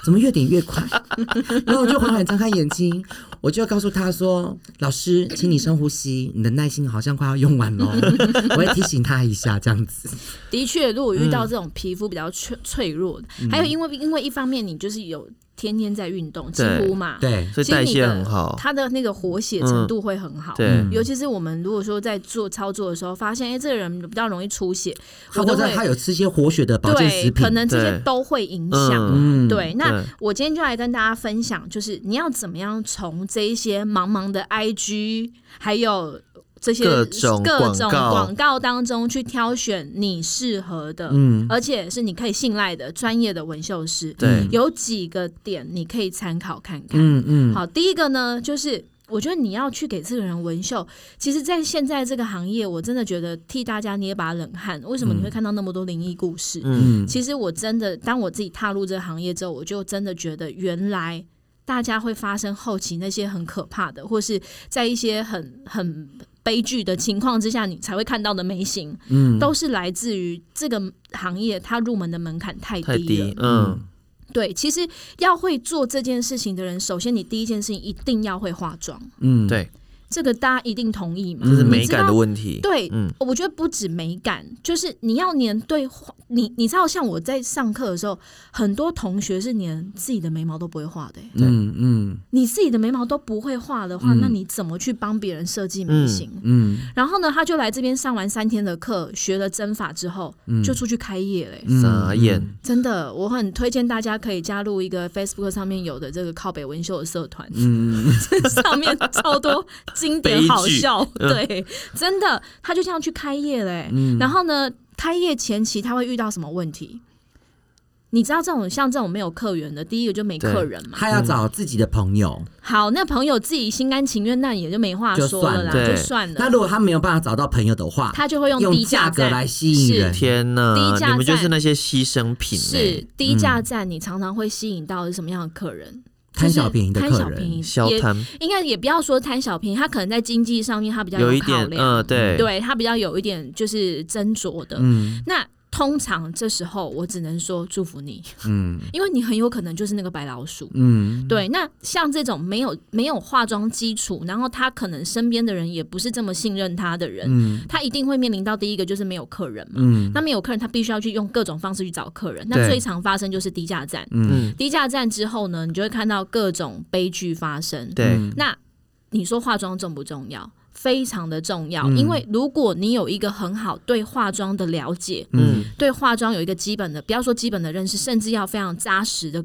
D: 怎么越点越快？ 然后我就缓缓张开眼睛，我就告诉他说：“老师，请你深呼吸，你的耐心好像快要用完了。”哦 我会提醒他一下，这样子。
C: 的确，如果遇
D: 嗯
C: 到这种皮肤比较脆脆弱的，还有因为因为一方面你就是有天天在运动，几
B: 对
C: 乎嘛，
D: 对，
B: 所以代谢很好，嗯
C: 它的那个活血程度会很好。
B: 对，
C: 尤其是我们如果说在做操作的时候，发现哎、诶这个人比较容易出血，
D: 他
C: 我
D: 或
C: 都
D: 者他
C: 会
D: 有吃一些活血的保健食
C: 对，
D: 品，
C: 可能这些
B: 对
C: 都会影响。
B: 嗯，
C: 对，那
B: 对
C: 我今天就来跟大家分享，就是你要怎么样从这一些茫茫的 IG，还有这些
B: 各种
C: 各
B: 广
C: 种
B: 告
C: 广告当中去挑选你适合的，
D: 嗯
C: 而且是你可以信赖的专业的纹绣师。
B: 对
C: 有几个点你可以参考看看。
D: 嗯嗯，
C: 好，第一个呢，就是我觉得你要去给这个人纹绣。其实，在现在这个行业，我真的觉得替大家捏把冷汗。为什么你会看到那么多灵异故事？
B: 嗯，
C: 其实我真的，当我自己踏入这个行业之后，我就真的觉得原来。大家会发生后期那些很可怕的，或是在一些很很悲剧的情况之下，你才会看到的眉形，嗯，都是来自于这个行业它入门的门槛太低了。
B: 太低，嗯，
C: 对，其实要会做这件事情的人，首先你第一件事情一定要会化妆，
D: 嗯，
B: 对，
C: 这个大家一定同意嘛？
B: 这是
C: 你
B: 美
C: 知道
B: 感的问题，
C: 对，
B: 嗯
C: 我觉得不止美感，就是你要连对画你，你知道，像我在上课的时候，很多同学是连自己的眉毛都不会画的、欸
D: 嗯嗯
C: 你自己的眉毛都不会画的
B: 嗯
C: 话，那你怎么去帮别人设计眉形？
D: 嗯
C: 然后呢，他就来这边上完三天的课，学了针法之后，
B: 嗯
C: 就出去开业嘞、欸
D: 嗯，
B: 傻眼，
C: 真的，我很推荐大家可以加入一个 Facebook 上面有的这个靠北文秀的社团，
D: 嗯
C: 上面超多经典好笑，
D: 嗯
C: 对，真的，他就这样去开业嘞、然后呢，开业前期他会遇到什么问题？你知道这种像这种没有客源的，第一个就没客人嘛。
D: 他
B: 嗯
D: 要找自己的朋友。
C: 好，那朋友自己心甘情愿，那也就没话
D: 就
C: 说了啦，
D: 算
B: 了
C: 就
B: 对
C: 算了。
D: 那如果他没有办法找到朋友的话，
C: 他就会用
D: 用
C: 低
D: 价格
C: 战
D: 来吸
C: 是
D: 引人
B: 天哪
C: 低，价
B: 你们就
C: 战
B: 是那些牺牲品，欸
C: 是，低价站，你常常会吸引到什么样的客人？
D: 嗯贪小便宜的
C: 贪
D: 客
C: 小
D: 人
C: 便宜
B: 小
C: 也
B: 摊
C: 应该也不要说贪小便宜，他可能在经济上面他比较
B: 有一
C: 考
B: 点，
C: 量，
B: 嗯，对，
C: 对他比较有一点就是斟酌的。
D: 嗯
C: 那通常这时候我只能说祝福你，
D: 嗯
C: 因为你很有可能就是那个白老鼠。
D: 嗯，
C: 对，那像这种没有没有化妆基础，然后他可能身边的人也不是这么信任他的人，
D: 嗯
C: 他一定会面临到第一个就是没有客人嘛。
D: 嗯
C: 那没有客人，他必须要去用各种方式去找客人。那
D: 对
C: 最常发生就是低价站，
D: 嗯，
B: 嗯，
C: 低价站之后呢，你就会看到各种悲剧发生。
B: 对，
D: 嗯
C: 那你说化妆重不重要？非常的重要，
D: 嗯
C: 因为如果你有一个很好对化妆的了解，
B: 嗯，
C: 对化妆有一个基本的，不要说基本的认识，甚至要非常扎实的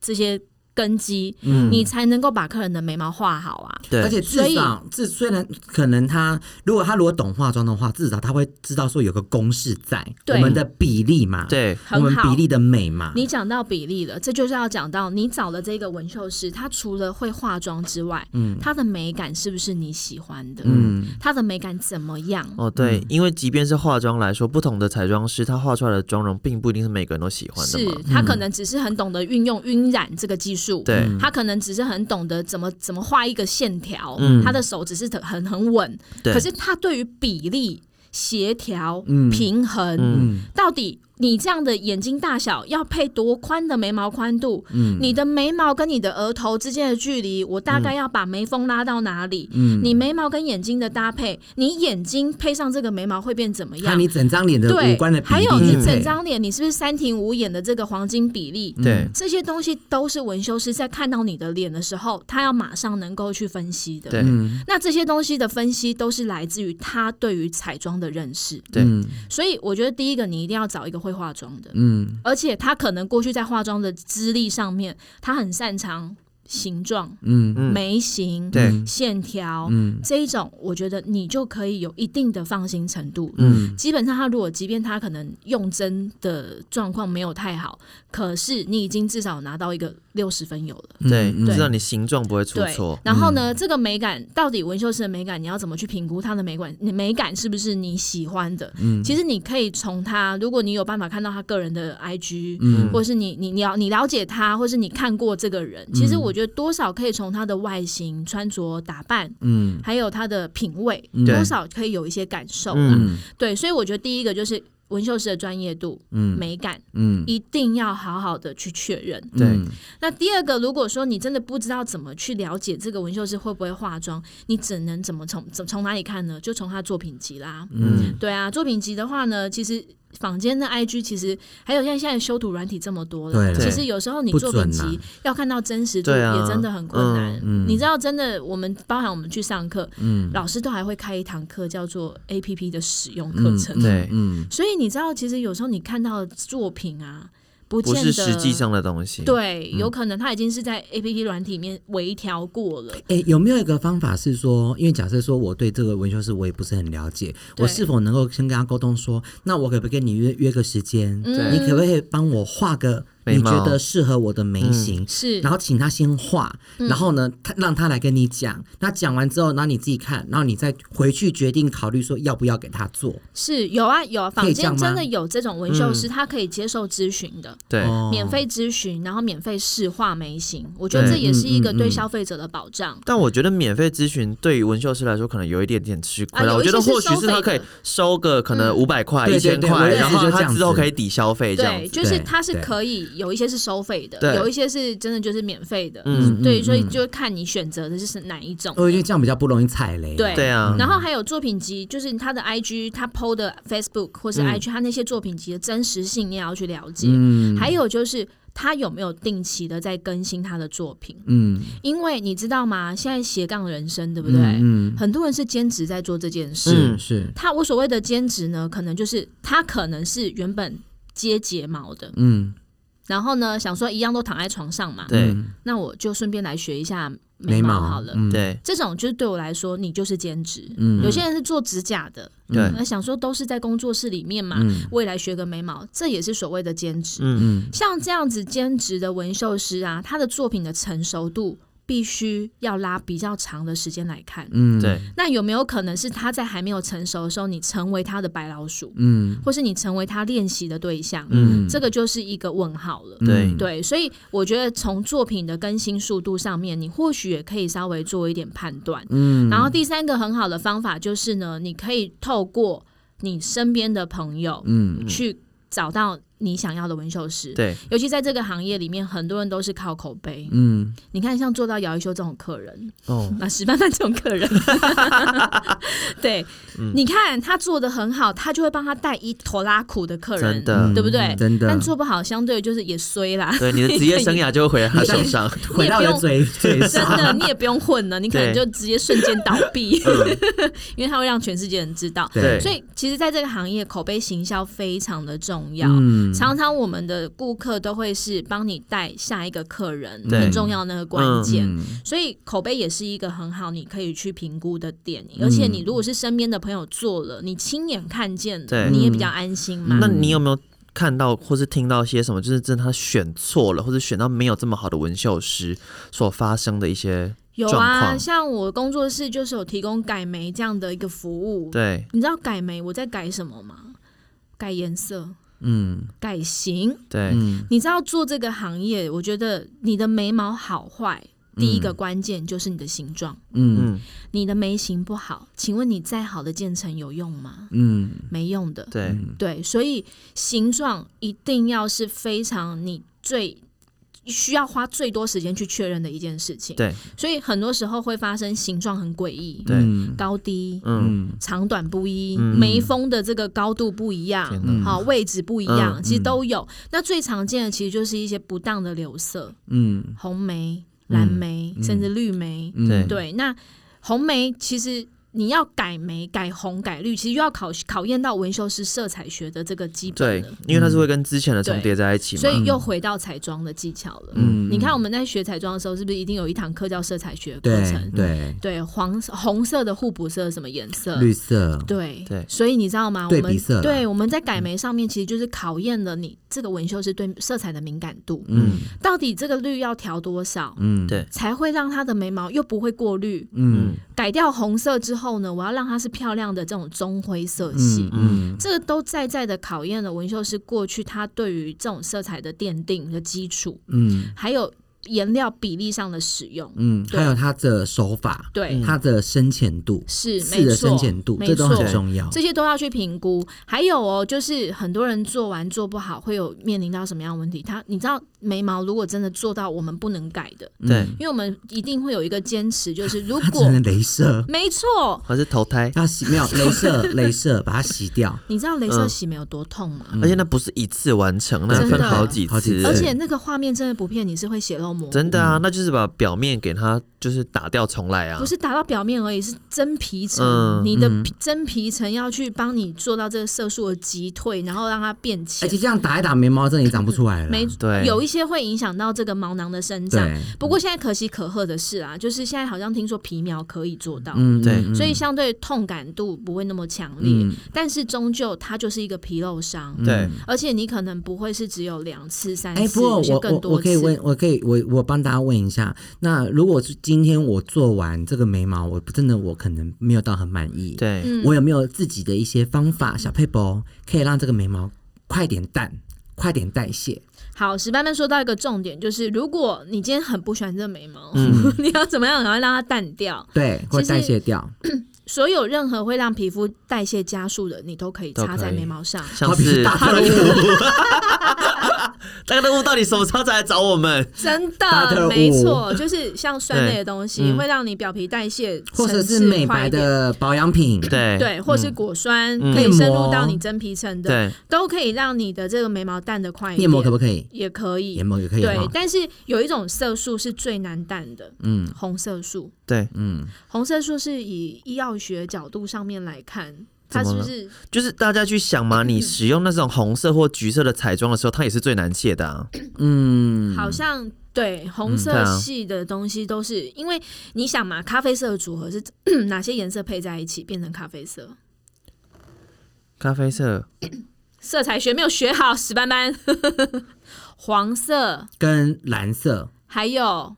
C: 这些根基，
D: 嗯
C: 你才能够把客人的眉毛画好啊。
B: 对，
D: 而且至
C: 所以
D: 少，至虽然可能他如果他如果懂化妆的话，至少他会知道说有个公式在我
C: 对
D: 们的比例嘛，，
B: 对，
D: 我
C: 很
D: 们
C: 好
D: 比，例的啊美嘛，
C: 你讲到比例了，这就是要讲到你找的这个纹绣师，他除了会化妆之外，
D: 嗯
C: 他的美感是不是你喜欢的？
D: 嗯
C: 他的美感怎么样？
B: 哦，对，因为即便是化妆来说，不同的彩妆师他画出来的妆容，并不一定是每个人都喜欢的
C: 是
B: 嘛。
C: 他
D: 嗯
C: 可能只是很懂得运用晕染这个技术，
B: 对嗯
C: 他可能只是很懂得怎么怎么画一个线条，
B: 嗯
C: 他的手只是很很稳，
B: 对，
C: 可是他对于比例、协调、
D: 嗯
C: 平衡，
D: 嗯
C: 到底你这样的眼睛大小要配多宽的眉毛宽度？
D: 嗯
C: 你的眉毛跟你的额头之间的距离，我大概要把眉峰拉到哪里？
D: 嗯，
C: 你眉毛跟眼睛的搭配，你眼睛配上这个眉毛会变怎么
D: 看
C: 样
D: 你？整张脸的
C: 对，
D: 五官的比例，
C: 还有你
D: 对
C: 整张脸，你是不是三庭五眼的这个黄金比例？
B: 对，
C: 这些东西都是纹修师在看到你的脸的时候，他要马上能够去分析的。
B: 对
D: 嗯
C: 那这些东西的分析都是来自于他对于彩妆的认识，
B: 对
D: 嗯
C: 所以我觉得第一个你一定要找一个会化妆的，
D: 嗯
C: 而且他可能过去在化妆的资历上面，他很擅长形状、
D: 嗯
B: 嗯，
C: 眉形、
B: 对
C: 线条、
D: 嗯
C: 这一种，我觉得你就可以有一定的放心程度。
D: 嗯
C: 基本上，他如果即便他可能用针的状况没有太好，可是你已经至少拿到一个六十分有了。
B: 对，
D: 嗯
B: 知道你形状不会出
C: 对
B: 错，。
C: 然后呢，这个美感到底纹绣师的美感，你要怎么去评估它的美感？你美感是不是你喜欢的？
D: 嗯
C: 其实你可以从他，如果你有办法看到他个人的 IG，、
D: 嗯
C: 或是你你你了你了解他，或是你看过这个人，其
D: 嗯
C: 实我觉得多少可以从他的外形、穿着、打扮，
D: 嗯
C: 还有他的品味，
D: 嗯
C: 多少可以有一些感受啦。
B: 嗯
D: 嗯
C: 对，所以我觉得第一个就是纹绣师的专业度、
D: 嗯
C: 美感，
D: 嗯
C: 一定要好好的去确认。
B: 对
D: 嗯
C: 那第二个，如果说你真的不知道怎么去了解这个纹绣师会不会化妆，你只能怎么从怎从哪里看呢？就从他作品集啦。
D: 嗯
C: 对啊，作品集的话呢，其实坊间的 IG 其实还有像现在修图软体这么多了，
D: 对
C: 其实有时候你
D: 不
C: 作
D: 准
C: 品
D: 啊
C: 集要看到真实度
B: 对啊
C: 也真的很困难。
D: 嗯嗯
C: 你知道，真的我们包含我们去上课，
D: 嗯
C: 老师都还会开一堂课叫做 APP 的使用课
D: 嗯
C: 程。
B: 对
D: 嗯
C: 所以你知道，其实有时候你看到的作品啊，不
B: 不
C: 见
B: 是
C: 得
B: 实际上的东西。，
C: 对，
D: 嗯
C: 有可能它已经是在 A P P 软体里面微调过了。
D: 诶，有没有一个方法是说，因为假设说我对这个纹绣师我也不是很了解，
C: 对
D: 我是否能够先跟他沟通说，那我可不可以跟你约约个时间？
C: 嗯
D: 你可不可以帮我画个
B: 眉
D: 你觉
B: 毛嗯
D: 得适合我的眉形？
C: 是，嗯
D: 然后请他先画，然后呢，他让他来跟你讲。那讲完之后，然后你自己看，然后你再回去决定考虑说要不要给他做。
C: 是有啊有啊，
D: 可
C: 坊
D: 以这样
C: 间
D: 吗嗯
C: 真的有这种纹绣师，他可以接受咨询的。
B: 对，
D: 哦
C: 免费咨询，然后免费试画眉形，我觉得
B: 对
C: 这也是一个
D: 嗯嗯嗯
C: 对消费者的保障。
B: 但我觉得免费咨询对于纹绣师来说，可能有一点点吃亏了。
C: 啊有
B: 我
C: 一
B: 觉
C: 些
B: 得
C: 是
B: 或许
C: 收
B: 是
C: 费
B: 他可以
C: 的
B: 收个可能
C: 嗯
B: 五百块、一
D: 对对
B: 千
D: 对我
B: 块，
D: 也
B: 然
D: 是
B: 后
D: 就
B: 他
D: 这样
B: 之后
D: 子
B: 可以抵消费这样
C: 对，
B: 子。
C: 就是
D: 对
C: 它是
D: 对
C: 可以有一些是收费
B: 对
C: 的，有一些是真的就是免费的。
B: 嗯
D: 嗯
C: 对，
D: 嗯
C: 所以
D: 嗯哦
C: 就看你选择的是哪一种。
D: 我觉得这样比较不容易踩雷。
C: 对
B: 对啊，
C: 然后还有作品集，就是他的 IG，他 PO 的 Facebook 或是
B: 嗯
C: IG，、他那些作品集的真实性你也要去了解。
D: 嗯
C: 还有就是他有没有定期的在更新他的作品？
D: 嗯，
C: 因为你知道吗？现在斜杠人生，对不对？
D: 嗯，嗯
C: 很多人是兼职在做这件事。
B: 嗯
D: 是是，
C: 他我所谓的兼职呢，可能就是他可能是原本接睫毛的，
D: 嗯，
C: 然后呢想说一样都躺在床上嘛，
B: 对
D: 嗯
C: 那我就顺便来学一下
D: 眉
C: 眉
D: 毛
C: 毛好了。
D: 嗯
B: 对
C: 这种就是对我来说，你就是兼职。
D: 嗯
C: 有些人是做指甲的，
B: 对，
C: 那想说都是在工作室里面嘛，
D: 嗯
C: 未来学个眉毛，这也是所谓的兼职。
B: 嗯，
D: 嗯
C: 像这样子兼职的纹绣师啊，他的作品的成熟度必须要拉比较长的时间来看。
D: 嗯，
B: 对，
C: 那有没有可能是他在还没有成熟的时候，你成为他的白老鼠，
D: 嗯
C: 或是你成为他练习的对象？
D: 嗯，
C: 这个就是一个问号了。
B: 对
D: 嗯
C: 对，所以我觉得从作品的更新速度上面，你或许也可以稍微做一点判断。
D: 嗯，
C: 然后第三个很好的方法就是呢，你可以透过你身边的朋友
D: 嗯
C: 去找到你想要的纹绣师。
B: 对，
C: 尤其在这个行业里面，很多人都是靠口碑。
D: 嗯
C: 你看，像做到姚一修这种客人，
B: 哦，
C: 啊，石斑斑这种客人， 对，
D: 嗯
C: 你看他做的很好，他就会帮他带一头拉苦的客人
B: 真，的
C: 对不对
D: 嗯真的，
C: 但做不好，相对就是也衰 啦。
B: 对，你的职业生涯就会回到他身上。
D: 回到我的嘴嘴
C: 真
D: 上，
C: 的，你也不用混 了，你可能就直接瞬间倒闭，
D: 嗯
C: 因为它会让全世界人知道。
B: 对
C: 所以，其实在这个行业，口碑行销非常的重要。
D: 嗯
C: 常常我们的顾客都会是帮你带下一个客人，
B: 对
C: 很重要那个关键。
D: 嗯
C: 所以口碑也是一个很好你可以去评估的点，而
B: 嗯
C: 且你如果是身边的朋友做了，你亲眼看见
B: 对嗯
C: 了，你也比较安心嘛。
D: 嗯
B: 那你有没有看到或是听到些什么，就是真的他选错了，或者选到没有这么好的纹绣师所发生的一些
C: 有
B: 状
C: 啊，
B: 况
C: 像我工作室就是有提供改眉这样的一个服务，
B: 对
C: 你知道改眉我在改什么吗？改颜色、
D: 嗯
C: 改型。
B: 对、
D: 嗯
C: 你知道做这个行业，我觉得你的眉毛好坏，第一个关键就是你的形状。
D: 嗯
B: 嗯，
C: 你的眉形不好，请问你再好的渐层有用吗？
D: 嗯
C: 没用的。
B: 对、
C: 对，所以形状一定要是非常你最需要花最多时间去确认的一件事情。
B: 对，
C: 所以很多时候会发生形状很诡异，
B: 对
D: 嗯
C: 高低、
B: 嗯，
C: 长短不一，
B: 嗯
C: 眉峰的这个高度不一样
B: 天。哪，
C: 好，位置不一样，
B: 嗯
C: 其实都有。那最常见的其实就是一些不当的留色，
D: 嗯
C: 红梅、蓝梅，甚至绿梅。
D: 嗯
B: 对
C: 对，那红梅其实你要改梅、改红、改绿，其实又要考考验到纹绣师色彩学的这个基本
B: 对
C: 了。，
B: 因为
D: 嗯
B: 它是会跟之前的重叠在一起嘛，
C: 所以又回到彩妆的技巧了。
D: 嗯
C: 你看我们在学彩妆的时候，是不是一定有一堂课叫色彩学课
D: 对
C: 程？
D: 对，
C: 对，黄色、红色的互补色是什么颜色？
D: 绿色
C: 对
B: 对
C: 所以你知道吗？
D: 对
C: 我们
D: 比色啦嗯
C: 对我们在改眉上面，其实就是考验了你这个纹绣师对色彩的敏感度。
D: 嗯
C: 到底这个绿要调多少，
D: 嗯
B: 对，
C: 才会让它的眉毛又不会过滤？
D: 嗯
C: 改掉红色之后呢，我要让它是漂亮的这种棕灰色系
D: 嗯。嗯
C: 这个都在在的考验了纹绣师过去他对于这种色彩的奠定的基础，
D: 嗯
C: 还有颜料比例上的使用。
D: 嗯，
C: 对
D: 还有它的手法，
C: 对，
D: 它的深浅度，
C: 是
D: 刺
C: 没
D: 的
C: 错
D: 深，浅度，
C: 没
D: 这都
C: 错，
D: 很重要。
C: 这些都要去评估。还有哦，就是很多人做完做不好，会有面临到什么样的问题？他你知道眉毛如果真的做到我们不能改的，
B: 对，
D: 嗯
C: 因为我们一定会有一个坚持，就是如
D: 它只
C: 果
D: 能镭射，
C: 没错，
B: 还是投胎，
D: 它洗 没有镭射，镭射把它洗掉。
C: 你知道镭射洗眉有多痛吗？
B: 而且那不是一次完成，那
C: 真的
B: 分好几
D: 好几
B: 次，
D: 次嗯
C: 而且那个画面真的不骗你，是会血肉模糊。
B: 真的啊，那就是把表面给它就是打掉重来啊
C: 不，是打到表面而已，是真皮层。
B: 嗯
C: 你的皮真皮层要去帮你做到这个色素的击退，然后让它变
D: 而
C: 浅
D: 哎且。这样打一打眉毛，真的也长不出来了。
C: 没
B: 对
C: 有一些会影响到这个毛囊的生长。
D: 对，
C: 不过现在可喜可贺的是啊，就是现在好像听说皮秒可以做到，
D: 嗯，
B: 对
D: 嗯
C: 所以相对痛感度不会那么强烈，
D: 嗯
C: 但是终究它就是一个皮肉伤。
B: 对，
C: 而且你可能不会是只有两次、三
D: 哎，
C: 次，
D: 不过
C: 有些
D: 我
C: 更
D: 我
C: 多
D: 我可以
C: 次。
D: 问，我可以我我帮大家问一下，那如果是今天我做完这个眉毛，我真的我可能没有到很满意，，
B: 对，
C: 嗯
D: 我有没有自己的一些方法小配博可以让这个眉毛快点淡，快点代谢？
C: 好，史班班说到一个重点，就是如果你今天很不喜欢这眉毛，
D: 嗯
C: 你要怎么样，然后让它淡掉？
D: 对，或
C: 其实
D: 代谢掉，
C: 所有任何会让皮肤代谢加速的，你都可以
B: 都
C: 擦在
B: 可以
C: 眉毛 上。
B: 像
D: 好比
B: 是
D: 大特务，
B: 大个任务到底什么时候才来找我 们？
C: 真
D: 达特
C: 的，
D: 务
C: 没错，就是像酸类的东西，
B: 对嗯
C: 会让你表皮代谢
D: 或者是
C: 层次
D: 美
C: 快
D: 白
C: 一点，
D: 的保养品，
B: 对
C: 对，或是果酸
B: 嗯
C: 可以深
D: 面
C: 入
D: 膜
C: 到你真皮层的，
B: 对
C: 都可以让你的这个眉毛淡的快一
D: 面
C: 点。
D: 膜可不可以？
C: 也可以
D: 眼，膜也可以啊
C: 对
D: 哈，，
C: 但是有一种色素是最难淡的，
D: 嗯
C: 红色素。
B: 对，
D: 嗯，
C: 红色素是以医药学角度上面来看，它
B: 怎
C: 是
B: 么
C: 不
B: 了
C: 是
B: 就是大家去想嘛，
C: 嗯
B: 你使用那种红色或橘色的彩妆的时候，它也是最难卸的啊。
D: 嗯，
C: 好像对红
B: 对
C: 色
B: 啊
C: 系的东西都是、因为你想嘛，咖啡色的组合是 哪些颜色配在一起变成咖啡色？
B: 咖啡色，
C: 色彩学没有学好， 史斑斑，黄色
D: 跟蓝色、
C: 还有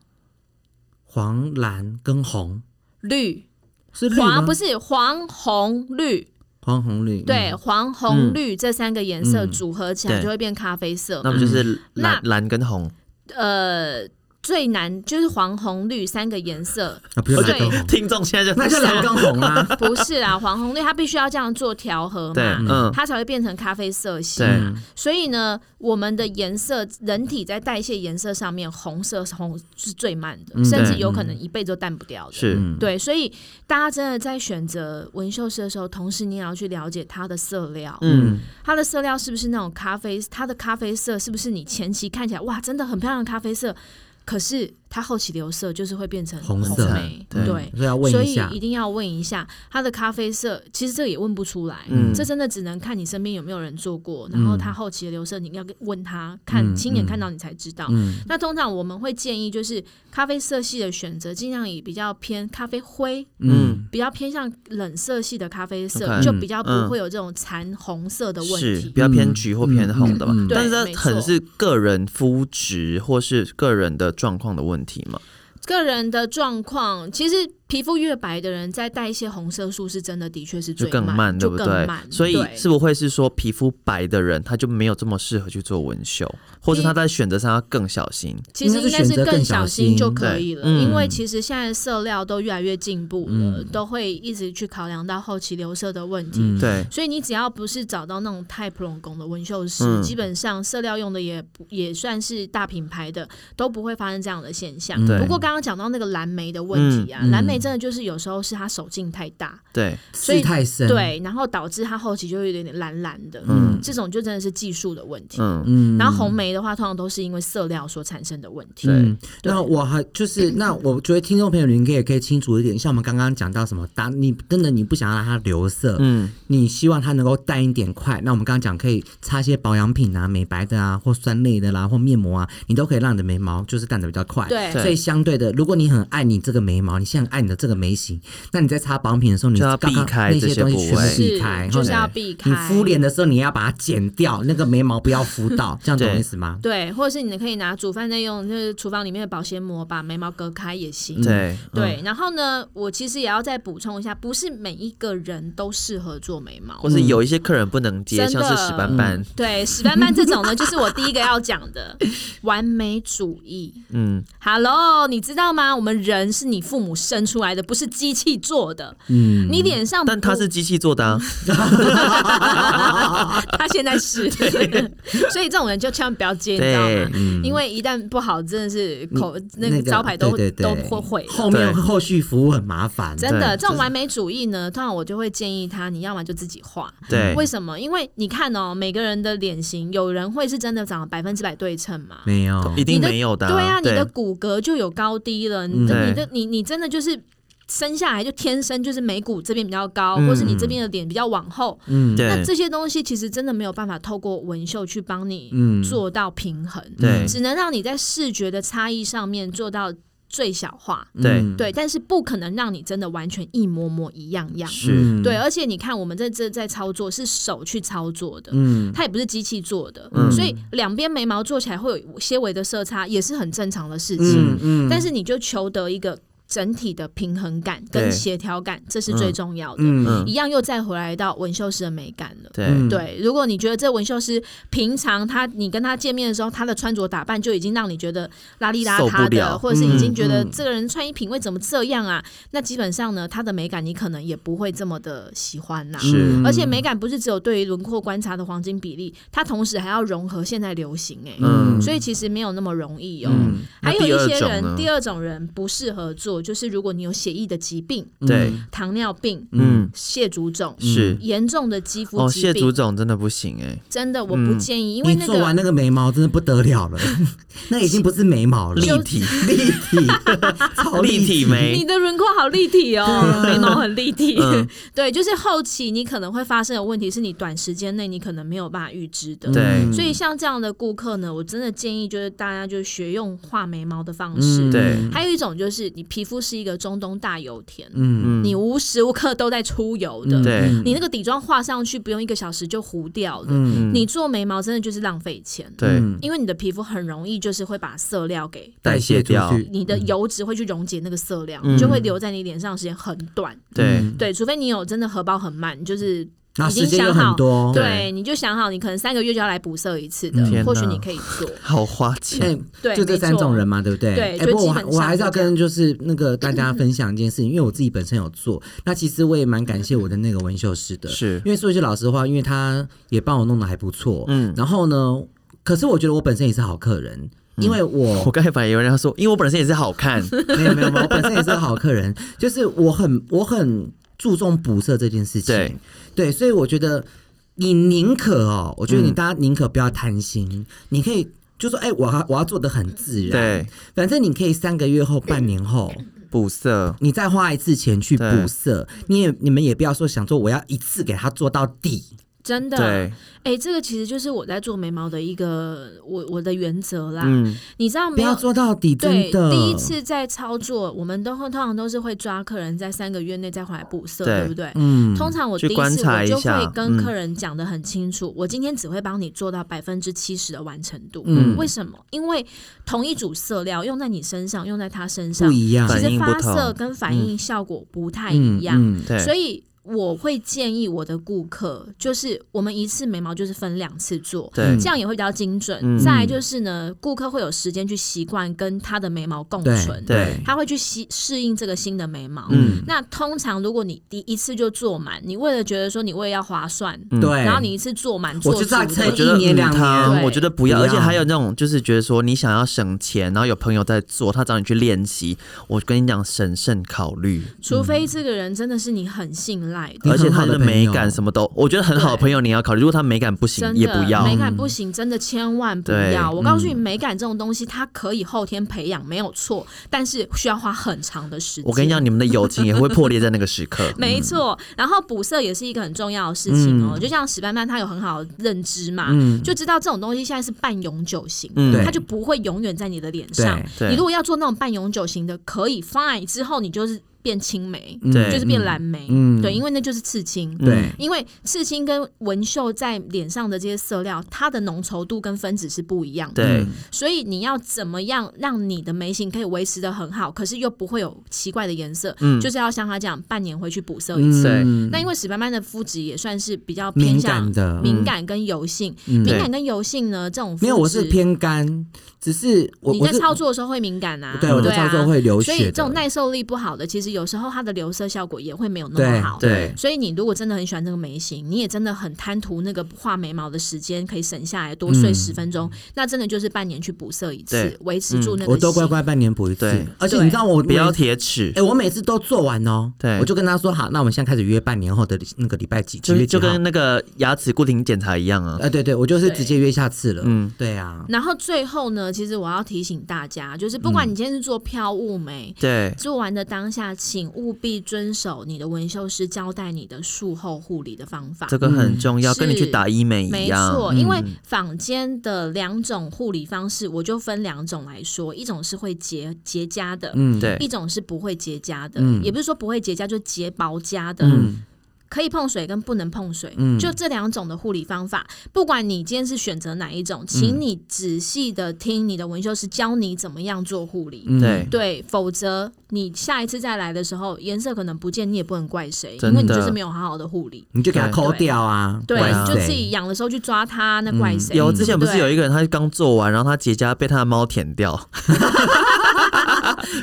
D: 黄蓝跟红
C: 绿
D: 啊是绿吗？
C: 黄不是黄红绿，
D: 黄红绿，
C: 对，
D: 嗯
C: 黄
B: 嗯
C: 红绿这三个颜色
D: 嗯
C: 组合起来
B: 对
C: 就会变咖啡色。
B: 那不就是蓝
C: 那
B: 蓝跟红？
C: 呃，最难就是黄红绿三个颜色，
D: 啊，不是蓝跟
C: 对
D: 红，
B: 听众现在就
D: 那就蓝跟红啊啦。
C: 不是啦，黄红绿它必须要这样做调和
B: 对，
C: 嘛，
B: 嗯，
C: 它才会变成咖啡色系。
B: 对
D: 嗯
C: 所以呢，我们的颜色，人体在代谢颜色上面，红色是红是最慢的，
D: 嗯
C: 甚至
B: 对
C: 有可能一辈子都淡不掉的。
B: 是，
D: 嗯
C: 对，所以大家真的在选择纹绣师的时候，同时你也要去了解它的色料，
B: 嗯，
C: 它的色料是不是那种咖啡，它的咖啡色是不是你前期看起来哇，真的很漂亮的咖啡色，可是它后期留色就是会变成
D: 红色
C: 梅，
B: 对
C: 对。
D: 所以要问
C: 所
D: 一
C: 以
D: 下
C: 一，定要问一下它的咖啡色，其实这个也问不出来，
B: 嗯
C: 这真的只能看你身边有没有人做过，然后它后期的留色，你要问他看、
D: 嗯
C: 亲眼
D: 嗯
C: 看到你才知道。
D: 嗯
C: 那通常我们会建议，就是咖啡色系的选择，尽量以比较偏咖啡灰，
D: 嗯
C: 比较偏向冷色系的咖啡色
B: OK
C: 就比较
B: 嗯
C: 不会有这种残红色的问
B: 是
C: 题。
B: 比较偏橘或偏红的吧
D: 嗯嗯嗯嗯嗯？
B: 但是
C: 对
B: 它
C: 没错
B: 很是个人肤质或是个人的状况的问题嘛？
C: 个人的状况，其实皮肤越白的人，在代谢红色素是真的，的确是
B: 就
C: 最
B: 更慢，对
C: 就
B: 不
C: 更
B: 对？
C: 慢
B: 所以
C: 对
B: 是不会是说皮肤白的人他就没有这么适合去做纹绣，或者他在选择上要更小心？
C: 其实应该是更小心就可以了，
B: 应该是选择更小心对嗯嗯
C: 因为其实现在色料都越来越进步了，都会一直去考量到后期留色的问题。
D: 嗯
B: 对，
C: 所以你只要不是找到那种太普龙宫的纹绣师，
B: 嗯
C: 基本上色料用的也不也算是大品牌的，都不会发生这样的现象。
B: 对
C: 不过刚刚讲到那个蓝莓的问题啊，
D: 嗯嗯嗯
C: 蓝莓真的就是有时候是它手劲太大，
B: 对，
C: 所以
D: 事太嗯深，，啊
C: 对，然后导致它后期就有点点蓝蓝的，
B: 嗯
C: 这种就真的是技术的问题。
B: 嗯，
D: 嗯
C: 然后红莓的话，通常都是因为色料所产生的问题。
D: 嗯，
C: 对
D: 那我还就是，那我觉得听众朋友你可以可以清楚一点，像我们刚刚讲到什么，当你真的你不想让它留色，
B: 嗯，
D: 你希望它能够淡一点快，那我们刚刚讲可以擦一些保养品啊、美白的啊，或酸类的啦、或面膜啊，你都可以让你的眉毛就是淡的比较快。
C: 对
D: 所以相对的，如果你很爱你这个眉毛，你现在很爱你的这个眉形，那你在擦保养品的时候，你
B: 就要
D: 刚刚
B: 避开
D: 那
B: 这
D: 些
B: 些
D: 东西全
B: 部位
D: 部避
C: 是
D: 开，
C: 就是
D: 然后
C: 要
D: 呢
C: 避开。
D: 你敷脸的时候，你要把它剪掉，那个眉毛不要敷到，这样懂
B: 对
D: 意思吗？
C: 对，或者是你可以拿煮饭在用，就是厨房里面的保鲜膜把眉毛隔开也
D: 嗯
C: 行。
B: 对，
C: 对，然后呢，我其实也要再补充一下，不是每一个人都适合做眉毛
B: 或。是
D: 嗯
B: 有一些客人不能接，
C: 真
B: 像
C: 的
B: 是史斑斑，
C: 对，史斑斑这种呢，就是我第一个要讲的 完美主义。
B: 嗯，
C: Hello，你知道吗？我们人是你父母生出来的，不是机器做的。
D: 嗯，
C: 你脸上
B: 但它
C: 不
B: 是 机器做的 啊，
C: 他现在是，所以这种人就千万不要接，你知道
B: 对
C: 吗？，因为一旦不好，真的是口那
D: 那
C: 个
D: 个
C: 招牌都
D: 对对
C: 都
D: 对
C: 会毁了。
D: 后面后续服务很麻烦，
C: 真的，
B: 对
C: 这种完美主义呢，通常我就会建议他，你要么就自己画。
B: 对，
C: 为什么？因为你看哦，每个人的脸型，有人会是真的长得百分之百对称嘛？
D: 没有，
B: 一定
C: 你的
B: 没有的，
C: 对啊，你
B: 对
C: 的骨骼就有高低了，你
B: 嗯
C: 的你的你你真的就是生下来就天生就是眉骨这边比较高，
B: 嗯
C: 或是你这边的脸比较往后，
D: 嗯，
C: 那
B: 对，
C: 这些东西其实真的没有办法透过纹绣去帮你
D: 嗯
C: 做到平衡，
B: 对
C: 只能让你在视觉的差异上面做到最小化，
B: 对
D: 嗯，
C: 对，但是不可能让你真的完全一模模一样样，
B: 是，
D: 嗯
C: 对，，而且你看我们这这在操作是手去操作的。
D: 嗯，
C: 它也不是机器做的，
B: 嗯
C: 所以两边眉毛做起来会有些微的色差，也是很正常的事情。
D: 嗯嗯，
C: 但是你就求得一个整体的平衡感
B: 对
C: 跟协调感，这是最重要的。
D: 嗯
B: 嗯，
C: 一样又再回来到纹绣师的美感了。
B: 对，
C: 对，如果你觉得这纹绣师平常他你跟他见面的时候，他的穿着打扮就已经让你觉得邋里邋
B: 受不
C: 遢
B: 了
C: 的，或者是已经
B: 嗯
C: 觉得
B: 嗯
C: 这个人穿衣品味怎么这样啊？那基本上呢，他的美感你可能也不会这么的喜欢
D: 嗯
C: 呐、
B: 是，
C: 而且美感不是只有对于轮廓观察的黄金比例，它同时还要融合现在流行哎、
B: 嗯，
C: 所以其实没有那么容易哦。
D: 嗯
C: 还有
B: 那第二
C: 一些
B: 种
C: 人
B: 呢，
C: 第二种人不适合做，就是如果你有血液的疾病、
D: 嗯
B: 对，
C: 糖尿病、
B: 嗯，
C: 蟹足肿、
B: 是。
C: 严重的肌肤
B: 哦，
C: 疾
B: 蟹足
C: 病，
B: 肿真的不行哎、
C: 真的我
B: 嗯
C: 不建议，因为
D: 你
C: 那
D: 做完
C: 个
D: 那个眉毛真的不得了 了，那已经不是眉毛了，
B: 立体
D: 立体，超
B: 立体，
C: 你
B: 眉，
C: 的轮廓好立体
D: 啊
C: 哦，眉毛很立体
B: 嗯。
C: 对，就是后期你可能会发生的问题，是你短时间内你可能没有办法预知的。
B: 对
D: 嗯
C: 所以像这样的顾
D: 嗯
C: 客呢，我真的建议就是大家就学用画眉毛的方式。
B: 对
C: 还有一种就是你皮肤是一个中东大油田，
D: 嗯，
B: 嗯
C: 你无时无刻都在出油的，
D: 嗯
B: 对
C: 你那个底妆画上去不用一个小时就糊掉的，
D: 嗯
C: 你做眉毛真的就是浪费钱，
B: 对
D: 嗯
C: 因为你的皮肤很容易就是会把色料给。
B: 代谢
D: 出
B: 掉
D: 去，
C: 你的油脂会去溶解那个色料，
B: 嗯
C: 就会留在你脸上的时间很短。
B: 对
D: 嗯
C: 对，除非你有真的荷包很慢，就是
D: 然后
C: 已经
D: 时间有
C: 想好
D: 很多，
B: 对
C: 对，你就想好，你可能三个月就要来补色一次的
D: 哦嗯
B: 天，
C: 或许
B: 哪
C: 你可以做。
B: 好花钱，
D: 哎，
C: 对，
D: 就这
C: 没
D: 三
C: 错
D: 种人嘛，对不对？
C: 对
D: 哎，
C: 就
D: 不过
C: 基
D: 我还
C: 本
D: 我
C: 上
D: 还是要
C: 是这样
D: 跟就是那个大家分享一件事情，因为我自己本身有做，那其实我也蛮感谢我的那个纹绣师的，
B: 是
D: 因为说一句老实话，因为他也帮我弄得还不错，
B: 嗯
D: 嗯，然后呢，可是我觉得我本身也是好客人，因为我
B: 嗯 我刚才反而有人要说，因为我本身也是好 看，
D: 没有没有，没有我本身也是个好客人，就是我很我很注重补色这件事情。
B: 对
D: 对所以我觉得你宁可哦，我觉
B: 嗯
D: 得你大家宁可不要贪心，你可以就说，哎、我要我要做的很自然。
B: 对，
D: 反正你可以三个月后、半年后，
B: 补色，
D: 你再花一次钱去
B: 对
D: 补色。你也你们也不要说想说我要一次给它做到底。
C: 真的，
B: 对，
C: 哎、这个其实就是我在做眉毛的一个我我的原则
D: 啊
C: 啦。
B: 嗯，
C: 你知道
D: 不
C: 没有
D: 要？做到底，
C: 对，
D: 真的。
C: 第一次在操作，我们都会通常都是会抓客人在三个月内再回来补色，
B: 对
C: 对不对？
D: 嗯，
C: 通常我
B: 去
C: 第一
B: 观
C: 次
B: 察
C: 我
B: 一
C: 就
B: 下
C: 会跟
B: 嗯
C: 客人讲的很清楚，我今天只会帮你做到百分之七十的完成度。
D: 嗯
C: 为什么？因为同一组色料用在你身上，用在他身上
D: 不，一样，
C: 其
B: 反
C: 实
B: 应不
C: 发
B: 同嗯
C: 色跟反应效果不太
D: 嗯
C: 一样。
D: 嗯
B: 对，
C: 所以我会建议我的顾客，就是我们一次眉毛就是分两次做。
B: 对
D: 嗯
C: 这样也会比较精准。
B: 嗯
C: 再来就是呢，顾客会有时间去习惯跟他的眉毛共
D: 对
C: 存，
B: 对
C: 他会去习适应这个新的眉毛。
B: 嗯
C: 那通常如果你第一次就做满，你为了觉得说你为了要划算，
B: 嗯
D: 对，
C: 然后你一次做满，
D: 我
C: 做
D: 就知道
C: 足
D: 趁
C: 了
B: 我觉得
D: 一
B: 嗯
D: 年两年
B: 汤
C: 对
B: 我觉得不要，
D: 不
B: 而
D: 要
B: 且还有那种就是觉得说你想要省钱，然后有朋友在做，他找你去练习，我跟你讲审慎考虑，
C: 除非这个人真的是你很信赖的，
D: 你
B: 而且
D: 很
B: 他
D: 好的
B: 的美
D: 朋
B: 感
D: 友
B: 什么都，我觉得很好的
C: 对
B: 朋友你要考虑，如果他美感不行
C: 真
B: 也
C: 的
B: 不要
C: 美，感不行，真的千万不
B: 对嗯
C: 要。我告诉你，美感这种东西，它可以后天培养，没有错，但是需要花很长的时间。。
B: 我跟你 讲，，你们的友情也会破裂在那个时刻
C: 没错。然后补色也是一个很重要的事情
B: 嗯
C: 哦，就像史班班他有很好的认知嘛，就知道这种东西现在是半永久型
B: 嗯
C: 的，
D: 对
C: 它就不会永远在你的脸上。
B: 对
C: 你如果要做那种半永久型的，可以 fine，之后你就是变青眉，
B: 对
C: 就是嗯变蓝眉，
D: 嗯
C: 对，因为那就是刺青，
D: 对，
C: 因为刺青跟纹绣在脸上的这些色料，它的浓稠度跟分子是不一样的。
B: 对，
C: 所以你要怎么样让你的眉形可以维持的很好，可是又不会有奇怪的颜色，
B: 嗯
C: 就是要像他这样半年回去补色一次。
B: 对
D: 嗯，
C: 那因为史斑斑的肤质也算是比较偏
D: 敏
C: 向
D: 感的，
C: 敏感跟油性，
D: 嗯
C: 敏感跟油性呢这种肤质
D: 没有，我是偏干，只是我
C: 你
D: 我
C: 在
D: 是
C: 操作的时候会敏感啊，
D: 对我在操作
C: 啊
D: 会流血
C: 所以
D: 的，
C: 这种耐受力不好的，其实有时候它的留色效果也会没有那
D: 对
C: 么好。
B: 对
C: 所以你如果真的很喜欢这个眉形，你也真的很贪图那个画眉毛的时间，可以省下来多睡十分钟，那真的就是半年去补色一次
B: 嗯对，嗯
C: 维持住那个、
D: 我都乖。乖半年补一
B: 对
D: 次，而且你知道我
B: 不要
D: 每
B: 铁齿
D: 哎、，我每次都做完哦，
B: 对
D: 我就跟他说好，那我们现在开始约半年后的那个礼拜几，几
B: 就
D: 月几
B: 就
D: 号？
B: 跟那个牙齿固定检查一样啊。
D: 呃，对对，我就是
C: 对
D: 直接约下次了，
B: 嗯
D: 嗯，对啊，
C: 然后最后呢，其实我要提醒大家，就是不
B: 嗯
C: 管你今天是做飘雾眉。
B: 对，
C: 做完的当下，请务必遵守你的纹绣师交代你的术后护理的方法。
B: 这个很重要，
C: 是
B: 跟你去打医美一
C: 没
B: 样。嗯
C: 错，因为坊间的两种护理方式，我就分两种来说，一种是会结结痂的，
D: 嗯，
B: 对
C: 一种是不会结痂的，
D: 嗯
C: 也不是说不会结痂，就结薄痂的。
D: 嗯，
C: 可以碰水跟不能碰水，
D: 嗯
C: 就这两种的护理方法，不管你今天是选择哪一种，请你仔细的听你的纹绣师教你怎么样做护理，
D: 嗯
B: 对
C: 对，否则你下一次再来的时候，颜色可能不见，你也不能怪谁，
B: 真
C: 因为你
B: 的
C: 就是没有好好的护理，
D: 你就给他
B: 对
D: 抠掉啊，
C: 对，
D: 怪
C: 你就
D: 谁
C: 自己养的时候去抓它，那怪谁？
D: 嗯
B: 有之前不是
C: 对
B: 有一个人，他刚做完，然后他结痂被他的猫舔掉，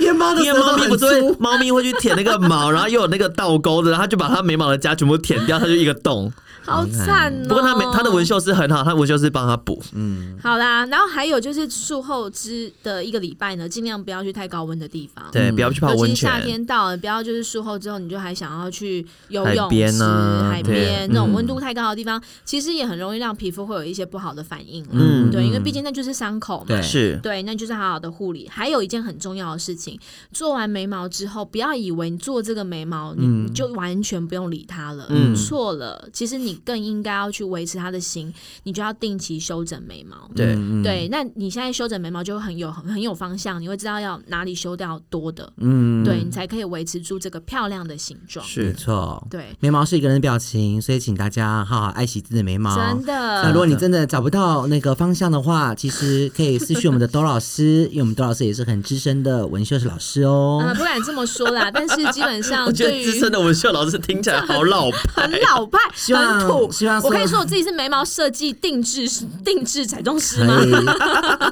D: 因为猫的
B: 因为
D: 舌头
B: 猫咪不
D: 很
B: 是会
D: 粗，
B: 猫咪会去舔那个毛，然后又有那个倒钩的，然后他就把他眉毛的痂全部舔掉，他就一个
D: 哦
B: 洞。
C: 好惨哦、
B: 不过他眉他的纹绣师很好，他纹绣师帮他补。嗯
C: 好啦，然后还有就是术后之的一个礼拜呢，尽量不要去太高温的地方。。
D: 嗯
B: 对，不要去泡
C: 尤
B: 温
C: 其是
B: 泉
C: 夏。天到了，不要就是术后之后，你就还想要去游
B: 海
C: 泳
B: 边
C: 池、
B: 啊
C: 海
B: 对嗯
C: 边那种温度太高的地方，其实也很容易让皮肤会有一些不好的反应啦。
B: 嗯
C: 对，因为毕竟那就是伤口嘛。
D: 对
B: 是
C: 对，那就是好好的护理。还有一件很重要的事情。做完眉毛之后，不要以为你做这个眉毛，你你就完全不用理它了。
B: 嗯
C: 错了，其实你更应该要去维持它的形，你就要定期修整眉毛。
B: 对
D: 嗯，
C: 对，那你现在修整眉毛就会很有很很有方向，你会知道要哪里修掉多的，
D: 嗯，
C: 对你才可以维持住这个漂亮的形状。
D: 没
B: 是
D: 错，
C: 对，
D: 眉毛是一个人的表情，所以请大家好好爱惜自己的眉毛。
C: 真的。
D: 那如果你真的找不到那个方向 的话，其实可以私讯我们的兜老师，因为我们兜老师也是很资深的文秀是老师
C: 呃，
D: 哦。
C: 不敢这么说啦，但是基本上
B: 我觉得
C: 嗯对
B: 资
C: 于
B: 深的文秀老师听起来好老
C: 很
B: 派，
C: 老派、
D: 希望
C: 很土
D: 希望，
C: 我
D: 所有
C: 可以说我自己是眉毛设计定制定制彩妆师
D: 可
C: 嗯吗？
D: 以，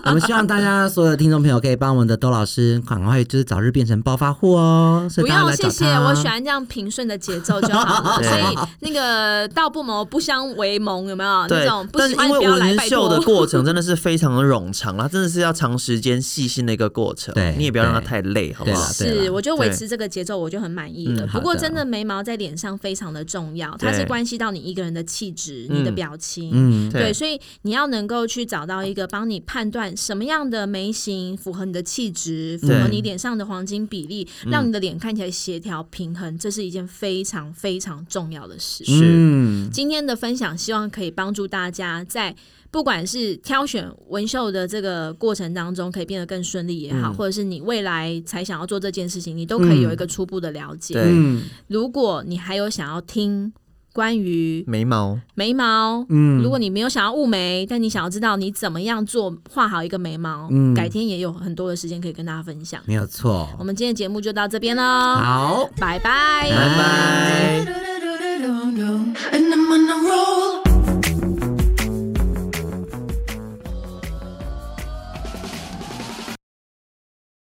D: 我们希望大家所有的听众朋友可以帮我们的兜老师赶快就是早日变成暴发户哦。 所
C: 不
D: 以大家
C: 用，
D: 来找
C: 谢谢，
D: 他
C: 我喜欢这样平顺的节奏就 好了。
B: 对
C: 所以那个道不谋不相为谋，有没有 那
B: 对
C: 种，不
B: 但
C: 喜
B: 是
C: 欢
B: 因
C: 不
B: 为
C: 要来，
B: 纹
C: 拜
B: 绣
C: 托。
B: 的过程真的是非常的冗长 啦，真的是要长时间细心的一个过程，
D: 对
B: 你也不要让它
D: 对
B: 太累，好不
D: 啊对
B: 好
D: 啦？
C: 是，我觉得维
B: 对
C: 持这个节奏我就很满意了。
D: 嗯好
C: 不过
D: 的
C: 真的眉毛在脸上非常的重要，它
B: 对
C: 是关系到你一个人的气质、你的
B: 嗯
C: 表情、
D: 嗯，
B: 对
C: 对，所以你要能够去找到一个帮你判断什么样的眉形符合你的气质，符合
B: 对嗯
C: 你脸上的黄金比例，让你的脸看起来协调平衡，这是一件非常非常重要的事。
B: 是
D: 嗯，
C: 今天的分享希望可以帮助大家在。不管是挑选纹绣的这个过程当中，可以变得更顺利也
B: 嗯
C: 好，或者是你未来才想要做这件事情，你都可以有一个初步的了解。
B: 对
D: 嗯
C: 如果你还有想要听关于
B: 眉毛，
C: 眉毛，
D: 嗯
C: 嗯，如果你没有想要雾眉，但你想要知道你怎么样做画好一个眉毛，
D: 嗯
C: 改天也有很多的时间可以跟大家分享。
D: 没有错
C: 嗯我。们今天的节目就到这边喽，
D: 好，
C: 拜拜。
B: 拜拜。
A: da